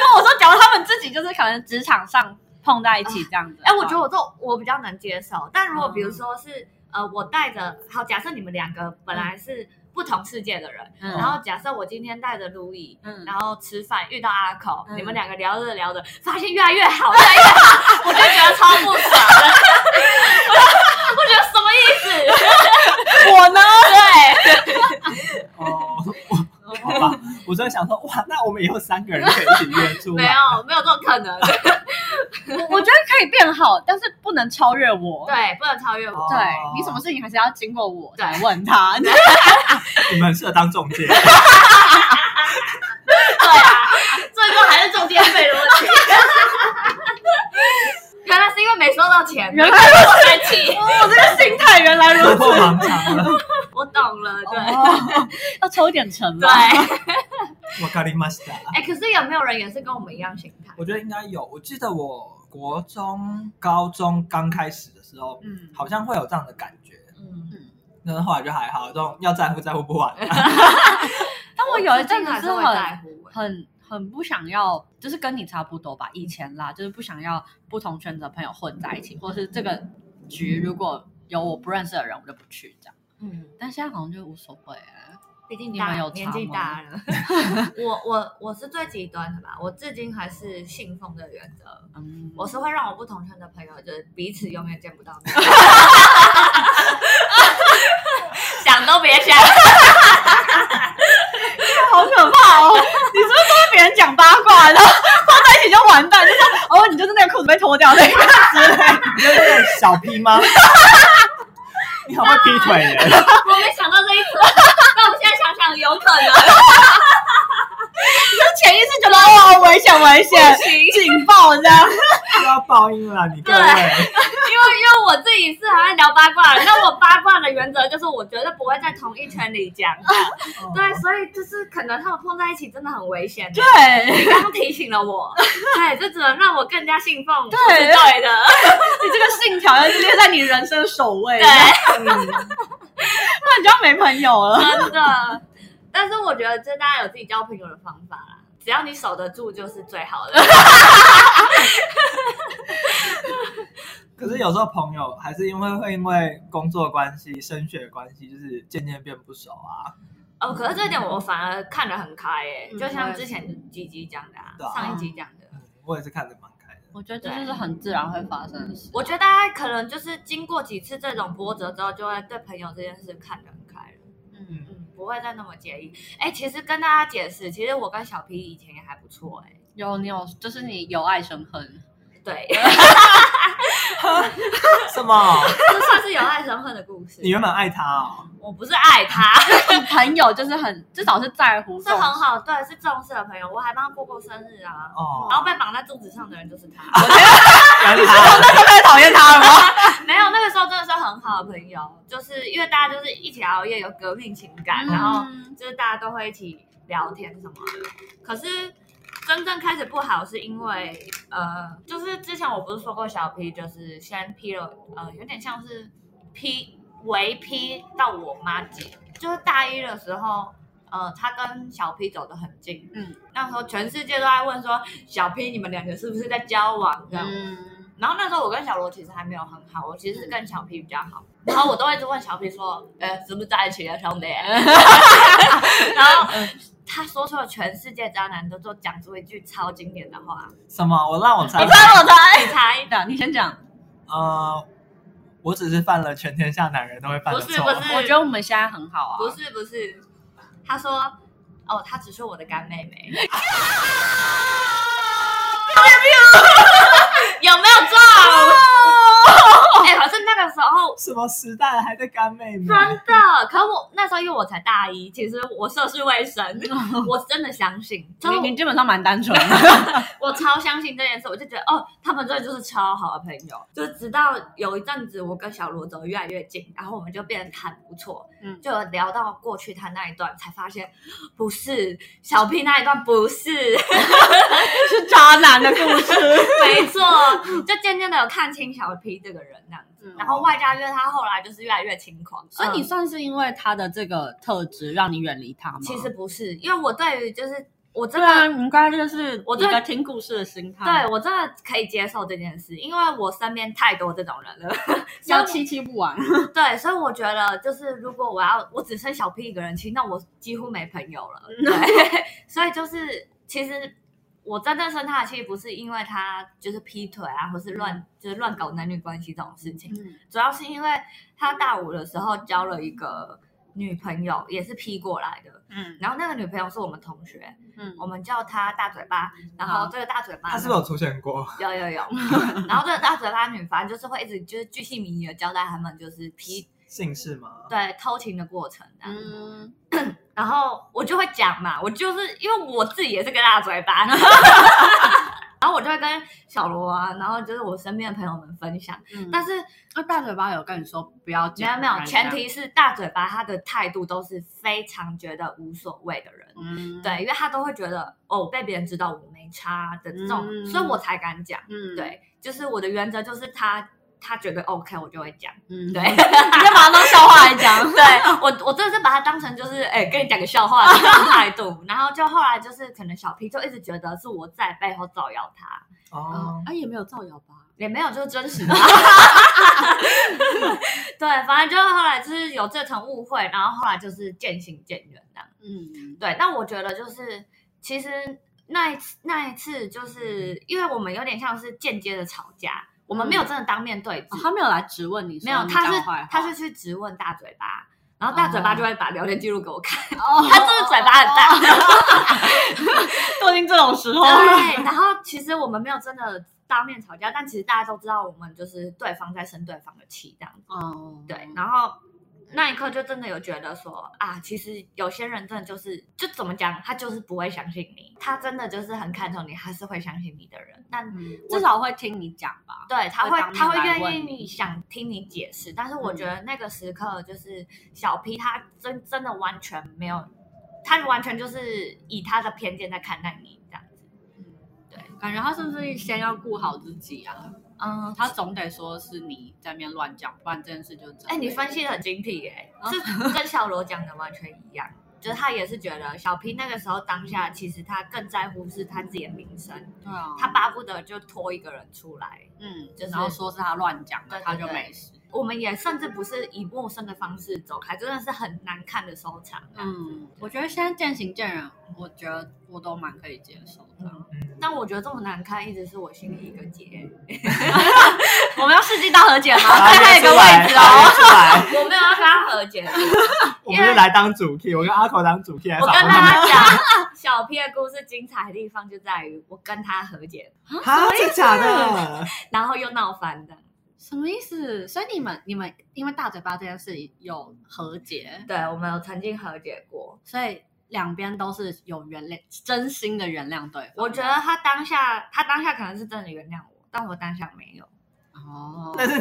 [SPEAKER 3] 那我说，假如他们自己就是可能职场上碰在一起这样子， 嗯
[SPEAKER 1] 哎、我觉得我这我比较能接受。但如果比如说是、呃，我带着好，假设你们两个本来是不同世界的人，
[SPEAKER 3] 嗯
[SPEAKER 1] 然后假设我今天带着路易，
[SPEAKER 3] 嗯
[SPEAKER 1] 然后吃饭遇到阿口，
[SPEAKER 3] 嗯
[SPEAKER 1] 你们两个聊着聊着，发现越来越好，越来越好， 我就觉得超不爽的。 我觉得什么意思？
[SPEAKER 3] 我 呢，对，
[SPEAKER 2] 哦，我好 吧，我真的想说，哇，那我们以后三个人可以一起约出
[SPEAKER 1] 没
[SPEAKER 2] 来。
[SPEAKER 1] 有，没有这种可 能。
[SPEAKER 3] 我我觉得可以变好，但是不能超越我。
[SPEAKER 1] 对，不能超越我。
[SPEAKER 2] 哦
[SPEAKER 3] 对你什么事情还是要经过我来问 他。
[SPEAKER 2] 你们很适合当中介，
[SPEAKER 1] 对啊，最终还是中间费的问题。 原来是因为没收到钱，
[SPEAKER 3] 原来
[SPEAKER 1] 我生气，
[SPEAKER 3] 我这个心态原来
[SPEAKER 2] 突
[SPEAKER 3] 如此。
[SPEAKER 2] 破 盲肠了。
[SPEAKER 1] 我懂了，对、
[SPEAKER 3] 哦要抽一点成
[SPEAKER 1] 对。
[SPEAKER 3] 吧。
[SPEAKER 1] 哎、
[SPEAKER 2] 我咖喱玛西达，
[SPEAKER 1] 可是有没有人也是跟我们一样心态？
[SPEAKER 2] 我觉得应该有。我记得我国中、高中刚开始的时候，
[SPEAKER 1] 嗯
[SPEAKER 2] 好像会有这样的感觉，
[SPEAKER 1] 嗯，
[SPEAKER 2] 但是后来就还好，这种要在乎在乎不 完。
[SPEAKER 3] 但我有一阵子
[SPEAKER 1] 还
[SPEAKER 3] 是
[SPEAKER 1] 会在
[SPEAKER 3] 很
[SPEAKER 1] 乎、欸
[SPEAKER 3] 很很不想要，就是跟你差不多吧，以前啦，就是不想要不同圈子的朋友混在一起，或是这个局如果有我不认识的人，我就不去这样。
[SPEAKER 1] 嗯，
[SPEAKER 3] 但现在好像就无所谓啊了。
[SPEAKER 1] 毕竟
[SPEAKER 3] 你
[SPEAKER 1] 大
[SPEAKER 3] 们有
[SPEAKER 1] 年
[SPEAKER 3] 差
[SPEAKER 1] 纪
[SPEAKER 3] 吗
[SPEAKER 1] 大了， 我我我是最极端的吧，我至今还是信奉的原则，
[SPEAKER 3] 嗯，
[SPEAKER 1] 我是会让我不同圈的朋友就是彼此永远见不到面， 想都别 想，
[SPEAKER 3] 好可怕哦！ 你是不是都跟别人讲八卦，然后 放在一起就完蛋？就说哦，你 就是那个裤子被脱掉那个之类的。
[SPEAKER 2] 你有点小 P 吗？你好会劈腿耶！
[SPEAKER 1] 我没想到这一层，但我现在想想有可能，
[SPEAKER 3] 潜意识觉得哦，危险危险， 警报这样。
[SPEAKER 2] 又 要报应了，你各位。
[SPEAKER 1] 因为因为我自己是很爱聊八卦的，那我八卦的原则就是我绝对不会在同一圈里讲，对，所以就是可能他们碰在一起真的很危险。
[SPEAKER 3] 对
[SPEAKER 1] 你刚刚提醒了 我，对，这只能让我更加信奉，
[SPEAKER 3] 对
[SPEAKER 1] 是对的，
[SPEAKER 3] 你这个信条要是列在你人生首位，
[SPEAKER 1] 对
[SPEAKER 3] 不，然你就要没朋友了。
[SPEAKER 1] 真的。但是我觉得，这大家有自己交朋友的方法啦，只要你守得住就是最好 的。
[SPEAKER 2] 可是有时候朋友还是因为会因为工作关系、升学关系，就是渐渐变不熟啊。
[SPEAKER 1] 哦，可是这点我反而看得很开诶、
[SPEAKER 3] 嗯
[SPEAKER 1] 就像之前吉吉讲的、啊
[SPEAKER 2] 对啊，
[SPEAKER 1] 上一集讲的，
[SPEAKER 2] 嗯，我也是看得蛮开的。
[SPEAKER 3] 我觉得这就是很自然会发生的事。
[SPEAKER 1] 我觉得大家可能就是经过几次这种波折之后，就会对朋友这件事看得很开了。
[SPEAKER 3] 嗯，
[SPEAKER 1] 嗯，不会再那么介意。哎，其实跟大家解释，其实我跟小 P 以前也还不错哎、
[SPEAKER 3] 有你有，就是你由爱生 恨，
[SPEAKER 1] 对，
[SPEAKER 2] 什么？
[SPEAKER 1] 这算是有爱生恨的故事
[SPEAKER 2] 你。原本爱他哦？
[SPEAKER 1] 我不是爱 他，
[SPEAKER 3] 你嗯朋友就是很至少是在乎，
[SPEAKER 1] 是很好，对，是重视的朋友，我还帮他过过生日啊。
[SPEAKER 2] 哦
[SPEAKER 1] 然，后被绑在柱子上的人就是他，
[SPEAKER 2] 原来他
[SPEAKER 3] 那时候开始讨厌他了吗？
[SPEAKER 1] 没有那个时候真的是很好的朋友，就是因为大家就是一起熬夜，有革命情感，然后
[SPEAKER 3] 嗯
[SPEAKER 1] 就是大家都会一起聊天什么的。可是真正开始不好，是因为呃，就是之前我不是说过小 P 就是先 P 了，呃，有点像是 P 为 P 到我妈姐，就是大一的时候。呃，他跟小 P 走得很近，
[SPEAKER 3] 嗯，
[SPEAKER 1] 那时候全世界都在问说，小 P 你们两个是不是在交往这样？
[SPEAKER 3] 嗯，
[SPEAKER 1] 然后那时候我跟小罗其实还没有很好，我其实是跟小 P 比较好。然后我都会一直问小 P 说：“呃，是不是在一起了，兄弟？”啊 然后他说出了全世界渣男都都讲出一句超经典的话，
[SPEAKER 2] 什么？我让我猜
[SPEAKER 3] 你。猜我猜，
[SPEAKER 1] 你猜？
[SPEAKER 3] 你先讲。
[SPEAKER 2] 呃，我只是犯了全天下男人都会犯的
[SPEAKER 1] 不是
[SPEAKER 2] 错。
[SPEAKER 1] 不是，
[SPEAKER 3] 我觉得我们现在很好啊，
[SPEAKER 1] 不是不是，他说：“哦，她只是我的干妹 妹。”有 没有中？哎、可是那个时候
[SPEAKER 2] 什么时代了还在干妹
[SPEAKER 3] 嗯
[SPEAKER 2] 妹？
[SPEAKER 3] 啊
[SPEAKER 1] 真的，可我那时候因为我才大一，其实我涉世未 深，我真的相信，就
[SPEAKER 3] 你你
[SPEAKER 1] 是
[SPEAKER 3] 基本上蛮单纯 的，
[SPEAKER 1] 我超相信这件事，我就觉得哦，他们真的就是超好的朋友。就直到有一阵子，我跟小罗走得越来越近，然后我们就变得很不错，
[SPEAKER 3] 嗯
[SPEAKER 1] 就有聊到过去他那一段，才发现不是小 P 那一段，不 是，
[SPEAKER 3] 是渣男的故事。
[SPEAKER 1] 没错，就渐渐的有看清小 P 这个人那样子。然后外加因为他后来就是越来越轻狂，
[SPEAKER 3] 嗯所以
[SPEAKER 1] 嗯
[SPEAKER 3] 你算是因为他的这个特质让你远离他吗？啊
[SPEAKER 1] 其实不是，因为我对于就是我真
[SPEAKER 3] 对
[SPEAKER 1] 的
[SPEAKER 3] 啊，你应该就是
[SPEAKER 1] 我
[SPEAKER 3] 一
[SPEAKER 1] 对
[SPEAKER 3] 个听故事的心态，
[SPEAKER 1] 对我真的可以接受这件事，因为我身边太多这种人了。
[SPEAKER 3] 消七七不完。
[SPEAKER 1] 对，所以我觉得就是如果我要我只剩小 P 一个人亲，那我几乎没朋友了。对， 所以就是其实我真正生他的气不是因为他就是劈腿啊，或是乱、就是乱搞男女关系这种事
[SPEAKER 3] 嗯
[SPEAKER 1] 情，主要是因为他大五的时候交了一个女朋友，也是劈过来的。
[SPEAKER 3] 嗯
[SPEAKER 1] 然后那个女朋友是我们同学，
[SPEAKER 3] 嗯
[SPEAKER 1] 我们叫她大嘴巴。然后
[SPEAKER 3] 好
[SPEAKER 1] 这个大嘴巴呢，
[SPEAKER 2] 他是不是有出现过？
[SPEAKER 1] 有有有，
[SPEAKER 3] 嗯
[SPEAKER 1] 然后这个大嘴巴女反正就是会一直就是巨细靡遗的交代他们就是劈
[SPEAKER 2] 姓氏吗？
[SPEAKER 1] 对偷情的过程啊、
[SPEAKER 3] 嗯，
[SPEAKER 1] 然后我就会讲嘛，我就是因为我自己也是个大嘴巴， 然后我就会跟小罗啊，然后就是我身边的朋友们分享。但
[SPEAKER 3] 但
[SPEAKER 1] 是
[SPEAKER 3] 那大嘴巴有跟你说不要
[SPEAKER 1] 没有
[SPEAKER 3] 嗯讲，
[SPEAKER 1] 没有，前，提是大嘴巴他的态度都是非常觉得无所谓的人，
[SPEAKER 3] 嗯，
[SPEAKER 1] 对，因为他都会觉得哦被别人知道我没差的这种，
[SPEAKER 3] 嗯
[SPEAKER 1] 所以我才敢讲。
[SPEAKER 3] 嗯，
[SPEAKER 1] 对，就是我的原则就是他他觉得 OK 我就会讲。
[SPEAKER 3] 嗯，
[SPEAKER 1] 对，
[SPEAKER 3] 你就把它当笑话来讲。
[SPEAKER 1] 对我我真的是把它当成就是哎、跟你讲个笑话的那种态度，然后就后来就是可能小 P 就一直觉得是我在背后造谣他，
[SPEAKER 2] 哦，
[SPEAKER 3] 啊，也没有造谣吧？
[SPEAKER 1] 也没有，就是真实的。 对，反正就是后来就是有这层误会，然后后来就是渐行渐远这样。
[SPEAKER 3] 嗯，
[SPEAKER 1] 对，但我觉得就是其实那一次那一次，
[SPEAKER 3] 嗯
[SPEAKER 1] 就是因为我们有点像是间接的吵架，我们没有真的当面对质，
[SPEAKER 3] 哦他没有来质问你说
[SPEAKER 1] 没有，
[SPEAKER 3] 你
[SPEAKER 1] 他
[SPEAKER 3] 讲
[SPEAKER 1] 是
[SPEAKER 3] 坏话，
[SPEAKER 1] 他是去质问大嘴巴，然后大嘴巴
[SPEAKER 3] 哦
[SPEAKER 1] 就会把聊天记录给我看，
[SPEAKER 3] 哦
[SPEAKER 1] 他真的嘴巴很大。
[SPEAKER 3] 都已经这种时候了，
[SPEAKER 1] 对，然后其实我们没有真的当面吵架，但其实大家都知道我们就是对方在生对方的气这样子。
[SPEAKER 3] 哦，
[SPEAKER 1] 对，然后那一刻就真的有觉得说啊，其实有些人真的就是就怎么讲，他就是不会相信你，他真的就是很看重你，他是会相信你的人，但。
[SPEAKER 3] 嗯至少会听你讲吧。
[SPEAKER 1] 对，他
[SPEAKER 3] 会
[SPEAKER 1] 会
[SPEAKER 3] 当面
[SPEAKER 1] 他会
[SPEAKER 3] 来
[SPEAKER 1] 愿
[SPEAKER 3] 问
[SPEAKER 1] 意
[SPEAKER 3] 你
[SPEAKER 1] 想听你解释，但是我
[SPEAKER 3] 嗯
[SPEAKER 1] 觉得那个时刻就是小 P 他真真的完全没有，他完全就是以他的偏见在看待你这样子。
[SPEAKER 3] 感觉他是不是先要顾好自己啊？
[SPEAKER 1] 嗯，
[SPEAKER 3] 他总得说是你在面乱讲，不然这件事就真的
[SPEAKER 1] 哎、你分析的很精辟耶、
[SPEAKER 2] 哦
[SPEAKER 3] 啊
[SPEAKER 1] 这跟小罗讲的完全一样，就是他也是觉得小 P 那个时候当下，其实他更在乎是他自己的名声，
[SPEAKER 3] 对啊，
[SPEAKER 1] 他巴不得就拖一个人出来。
[SPEAKER 3] 嗯，
[SPEAKER 1] 就是
[SPEAKER 3] 然后说是他乱讲
[SPEAKER 1] 对对
[SPEAKER 3] 的，他就
[SPEAKER 1] 对
[SPEAKER 3] 没事。
[SPEAKER 1] 我们也甚至不是以陌生的方式走开，真的是很难看的收场、嗯，
[SPEAKER 3] 嗯，我觉得现在渐行渐远，我觉得我都蛮可以接受的。
[SPEAKER 2] 嗯，
[SPEAKER 1] 但我觉得这么难看，一直是我心里一个 结。
[SPEAKER 3] 我们要世纪大和解吗？
[SPEAKER 2] 大家
[SPEAKER 3] 还有
[SPEAKER 2] 约
[SPEAKER 3] 一个
[SPEAKER 2] 出来
[SPEAKER 3] 位置哦。
[SPEAKER 2] 大家约出
[SPEAKER 1] 我
[SPEAKER 2] 来，
[SPEAKER 1] 没有要跟他和 解，
[SPEAKER 2] 我们是来当主 key，我跟阿口当主 key 来
[SPEAKER 1] 我
[SPEAKER 2] 找
[SPEAKER 1] 跟
[SPEAKER 2] 他们。
[SPEAKER 1] 大家 讲，小 P 的故事精彩的地方就在于我跟他和解，
[SPEAKER 2] 啊，真假 的？
[SPEAKER 1] 然后又闹翻的。
[SPEAKER 3] 什么意思？所以你们你们因为大嘴巴这件事有和解，
[SPEAKER 1] 对，我们有曾经和解过，
[SPEAKER 3] 所以两边都是有原谅，真心的原谅对方。
[SPEAKER 1] 我觉得他当下，他当下可能是真的原谅我，但我当下没有，
[SPEAKER 3] 哦，
[SPEAKER 2] 但是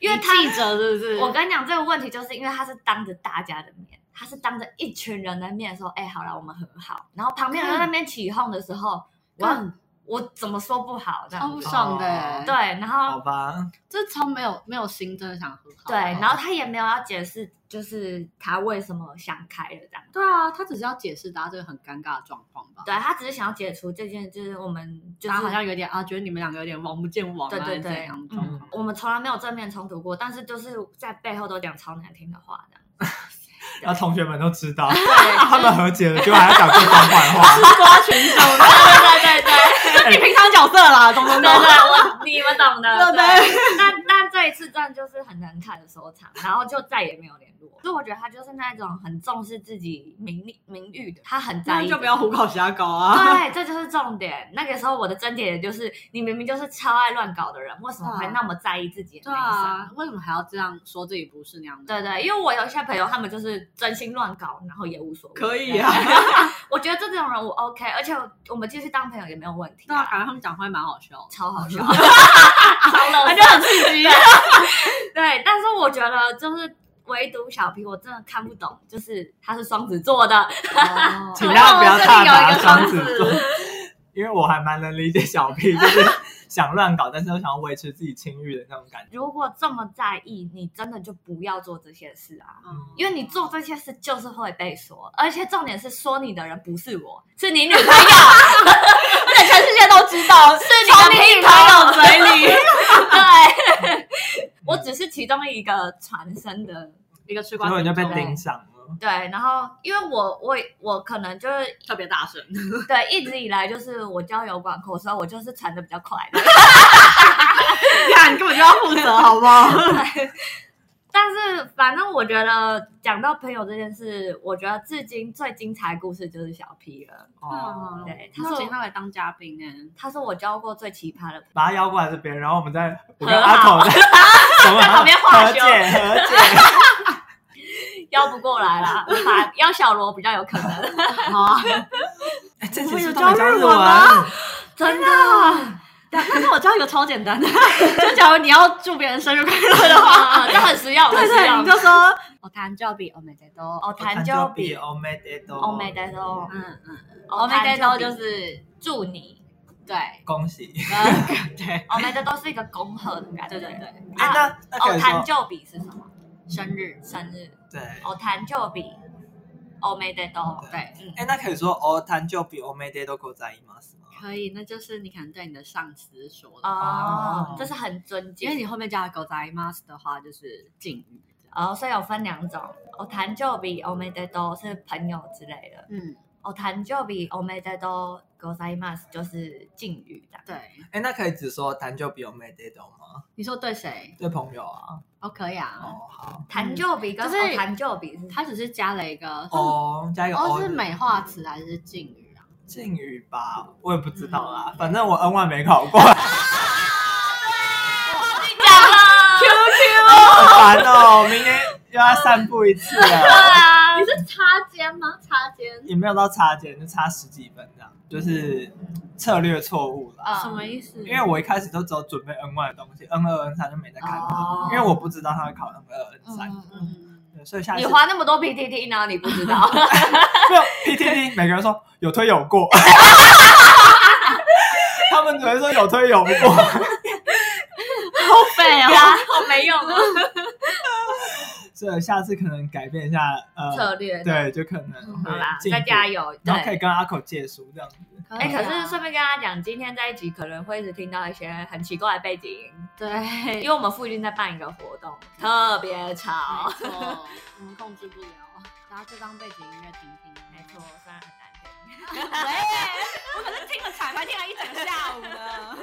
[SPEAKER 1] 因为
[SPEAKER 3] 你
[SPEAKER 1] 他，
[SPEAKER 3] 记者是不是？
[SPEAKER 1] 我跟你讲这个问题，就是因为他是当着大家的面，他是当着一群人的面说，哎、好了，我们和好，然后旁边人在那边起哄的时候，我要
[SPEAKER 3] 干
[SPEAKER 1] 我怎么说不好这
[SPEAKER 3] 超
[SPEAKER 1] 样
[SPEAKER 3] 不
[SPEAKER 1] 子？
[SPEAKER 3] 爽的、
[SPEAKER 2] 哦
[SPEAKER 1] 对，然后
[SPEAKER 2] 好吧，
[SPEAKER 3] 这超没有没有心，真的想和好。
[SPEAKER 1] 对，然后他也没有要解释，就是他为什么想开了这样。
[SPEAKER 3] 对啊，他只是要解释大家这个很尴尬的状况吧。
[SPEAKER 1] 对他只是想要解除这件，就是我们就是
[SPEAKER 3] 大家好像有点啊，觉得你们两个有点王不见王啊，
[SPEAKER 1] 对对对
[SPEAKER 3] 这样状
[SPEAKER 2] 嗯
[SPEAKER 3] 况。
[SPEAKER 1] 我们从来没有正面冲突过，但是就是在背后都讲超难听的话这样。
[SPEAKER 2] 那同学们都知道，
[SPEAKER 1] 对，
[SPEAKER 2] 他们和解了，结果还要讲对方坏话。
[SPEAKER 3] 抓 群众，
[SPEAKER 1] 对对对
[SPEAKER 3] 这是你平常角色 啦，懂
[SPEAKER 1] 对
[SPEAKER 3] 懂懂。
[SPEAKER 1] 对，我你们懂的。
[SPEAKER 3] 对对
[SPEAKER 1] 但但这一次战就是很难看的收场，然后就再也没有联络。所以我觉得他就是那种很重视自己名利名誉的，他很在
[SPEAKER 3] 那
[SPEAKER 1] 意。
[SPEAKER 3] 就不要。虎口瞎搞啊！
[SPEAKER 1] 对，这就是重点。那个时候我的症结点就是，你明明就是超爱乱搞的人，为什么会那么在意自己的
[SPEAKER 3] 对
[SPEAKER 1] 名声？
[SPEAKER 3] 啊，为什么还要这样说自己不是那样的？
[SPEAKER 1] 对对，因为我有一些朋友，他们就是真心乱搞，然后也无所谓。
[SPEAKER 3] 可以啊。
[SPEAKER 1] 我觉得这种人我 OK，而且我我们继续当朋友也没有问题
[SPEAKER 3] 对啊，感觉他们讲话还蛮好笑的，
[SPEAKER 1] 超好 笑，超冷，
[SPEAKER 3] 感觉很刺激。
[SPEAKER 1] 对，但是我觉得就是唯独小 P，我真的看不懂，就是他是双子座的， 哦
[SPEAKER 3] 嗯
[SPEAKER 2] 请大家不要踏
[SPEAKER 3] 哦这里有一
[SPEAKER 2] 伐
[SPEAKER 3] 个
[SPEAKER 2] 双
[SPEAKER 3] 双
[SPEAKER 2] 子
[SPEAKER 3] 子
[SPEAKER 2] 座，因为我还蛮能理解小 P，就是想乱搞，但是又想要维持自己清誉的那种感觉。
[SPEAKER 1] 如果这么在意，你真的就不要做这些事啊。
[SPEAKER 3] 嗯
[SPEAKER 1] 因为你 做这些事就是会被说，而且重点是说你的人不是我，是你女朋友，是
[SPEAKER 3] 而且全世界都知道，是
[SPEAKER 1] 你的女朋友。
[SPEAKER 3] 嘴里
[SPEAKER 1] 对，我只是其中一个传声的，
[SPEAKER 3] 一个吃
[SPEAKER 2] 结
[SPEAKER 3] 瓜
[SPEAKER 2] 果
[SPEAKER 3] 群
[SPEAKER 2] 你就
[SPEAKER 3] 众
[SPEAKER 2] 被盯上了。
[SPEAKER 1] 对。然后因为我我我可能就是
[SPEAKER 3] 特别大声，
[SPEAKER 1] 对一直以来就是我交友广阔，所以我就是传的比较快的。
[SPEAKER 3] 看你根本就要负责，好不好？
[SPEAKER 1] 但是反正我觉得讲到朋友这件事，我觉得至今最精彩的故事就是小 P 了。
[SPEAKER 2] 哦，
[SPEAKER 1] 对，他
[SPEAKER 3] 他
[SPEAKER 1] 是
[SPEAKER 3] 请
[SPEAKER 1] 我
[SPEAKER 3] 他来当嘉 宾呢，
[SPEAKER 1] 他是我交过最奇葩的朋
[SPEAKER 2] 把他邀过来这边，然后我们再我跟
[SPEAKER 1] 和
[SPEAKER 2] 阿
[SPEAKER 1] 好
[SPEAKER 2] 口 在我们
[SPEAKER 1] 在旁边化
[SPEAKER 2] 和
[SPEAKER 1] 修
[SPEAKER 2] 解和 解。
[SPEAKER 1] 友，邀不过来 啦，把邀小罗比较有可能。
[SPEAKER 3] 啊，
[SPEAKER 2] 哎这其
[SPEAKER 3] 我
[SPEAKER 2] 实
[SPEAKER 3] 有
[SPEAKER 2] 都没
[SPEAKER 3] 教
[SPEAKER 2] 教
[SPEAKER 3] 日
[SPEAKER 2] 日
[SPEAKER 3] 文吗
[SPEAKER 2] 文
[SPEAKER 1] 真的，
[SPEAKER 3] 啊那那我教一个超简单的， 就假如你要祝别人生日快乐的话，
[SPEAKER 1] 嗯这很实用，很
[SPEAKER 3] 对
[SPEAKER 1] 实
[SPEAKER 3] 对，
[SPEAKER 1] 用
[SPEAKER 3] 你。就说我谈就比我们在都，
[SPEAKER 1] 哦，
[SPEAKER 2] 感
[SPEAKER 1] 谈
[SPEAKER 2] 觉
[SPEAKER 1] 就
[SPEAKER 2] 比
[SPEAKER 1] 比
[SPEAKER 2] o m e d
[SPEAKER 1] 欧美的都，
[SPEAKER 3] 嗯嗯，
[SPEAKER 1] 欧
[SPEAKER 3] 我
[SPEAKER 1] 美
[SPEAKER 3] 们
[SPEAKER 1] 的
[SPEAKER 3] 在
[SPEAKER 1] 都
[SPEAKER 3] 都
[SPEAKER 1] 就
[SPEAKER 3] 就是是
[SPEAKER 1] 祝你，
[SPEAKER 3] 对，
[SPEAKER 2] 恭喜。
[SPEAKER 3] 呃对，
[SPEAKER 1] 欧美的都是一个恭贺的感觉。
[SPEAKER 3] 对对对，
[SPEAKER 2] 哎，
[SPEAKER 1] 啊，
[SPEAKER 2] 那那可
[SPEAKER 1] 哦，
[SPEAKER 2] 以
[SPEAKER 1] 谈
[SPEAKER 2] 说
[SPEAKER 1] 就比是什么？
[SPEAKER 3] 生日
[SPEAKER 1] 生日。
[SPEAKER 2] 对
[SPEAKER 1] 哦，谈就比欧美得都对，嗯，
[SPEAKER 2] 哎，那可以说哦，谈就比 o m e d e d o k o 在意吗？是吗？
[SPEAKER 3] 可以，那就是你可能对你的上司说的话，
[SPEAKER 1] 哦
[SPEAKER 2] 哦，
[SPEAKER 1] 这是很尊
[SPEAKER 3] 因为
[SPEAKER 1] 敬。
[SPEAKER 3] 你后面加了狗仔 mas 的话，就是敬语这样。
[SPEAKER 1] 哦，所以有分两种，哦我谈就比欧美得都是朋友之类的，哦
[SPEAKER 3] 嗯，
[SPEAKER 1] 我谈就比欧美得都 g o z a i m a s 就是敬语的。
[SPEAKER 3] 对，
[SPEAKER 2] 哎，那可以只说谈就比 o m e d e d o 吗？
[SPEAKER 3] 你说对谁？
[SPEAKER 2] 对朋友啊，
[SPEAKER 3] 哦，可以啊，
[SPEAKER 2] 哦好，
[SPEAKER 1] 谈就比跟
[SPEAKER 3] 就是
[SPEAKER 1] 哦谈就比是
[SPEAKER 3] 他只是加了一个，
[SPEAKER 2] 哦加一个
[SPEAKER 3] 哦，
[SPEAKER 2] 哦
[SPEAKER 3] 是美化词还是敬语啊？
[SPEAKER 2] 敬语吧，我也不知道啦，
[SPEAKER 3] 嗯
[SPEAKER 2] 反正我 N 万没考过，
[SPEAKER 1] 讲了
[SPEAKER 2] 好烦哦，明天又要散步一次了，
[SPEAKER 1] 啊，
[SPEAKER 3] 是擦肩吗？擦肩
[SPEAKER 2] 也没有到差点，就差十几分这样，就是
[SPEAKER 3] 嗯
[SPEAKER 2] 策略错误啦。
[SPEAKER 1] 嗯
[SPEAKER 3] 什么意思？
[SPEAKER 2] 因为我一开始都只有准备 N 万的东西，N 二 N 三就没再看了，
[SPEAKER 1] 哦
[SPEAKER 2] 因为我不知道他会考 N 二 N 三，
[SPEAKER 3] 嗯，
[SPEAKER 2] 对所以下一
[SPEAKER 1] 你
[SPEAKER 2] 次
[SPEAKER 1] 花那么多 PTT 呢，你不知道。
[SPEAKER 2] 没有 PTT，每个人说有推有 过，他们只会说有推有过。
[SPEAKER 4] 对
[SPEAKER 3] 哦
[SPEAKER 4] 啊，
[SPEAKER 1] 好没用啊！
[SPEAKER 2] 这下次可能改变一下 呃，
[SPEAKER 1] 策略的，
[SPEAKER 2] 对，就可能
[SPEAKER 1] 嗯好啦，
[SPEAKER 2] 会
[SPEAKER 1] 再加油。
[SPEAKER 2] 油，
[SPEAKER 1] 对
[SPEAKER 2] 然，后可以跟阿口借书这样子。
[SPEAKER 3] 啊
[SPEAKER 1] 哎，可是顺便跟大家讲，今天这一集可能会一直听到一些很奇怪的背景音，
[SPEAKER 3] 对，
[SPEAKER 1] 因为我们附近在办一个活动，特别 吵。
[SPEAKER 3] 没错，我们嗯控制不了，大家就当背景音乐听听。
[SPEAKER 1] 没错，虽 然很难听。
[SPEAKER 4] 我可是听了彩排听了一整下午呢。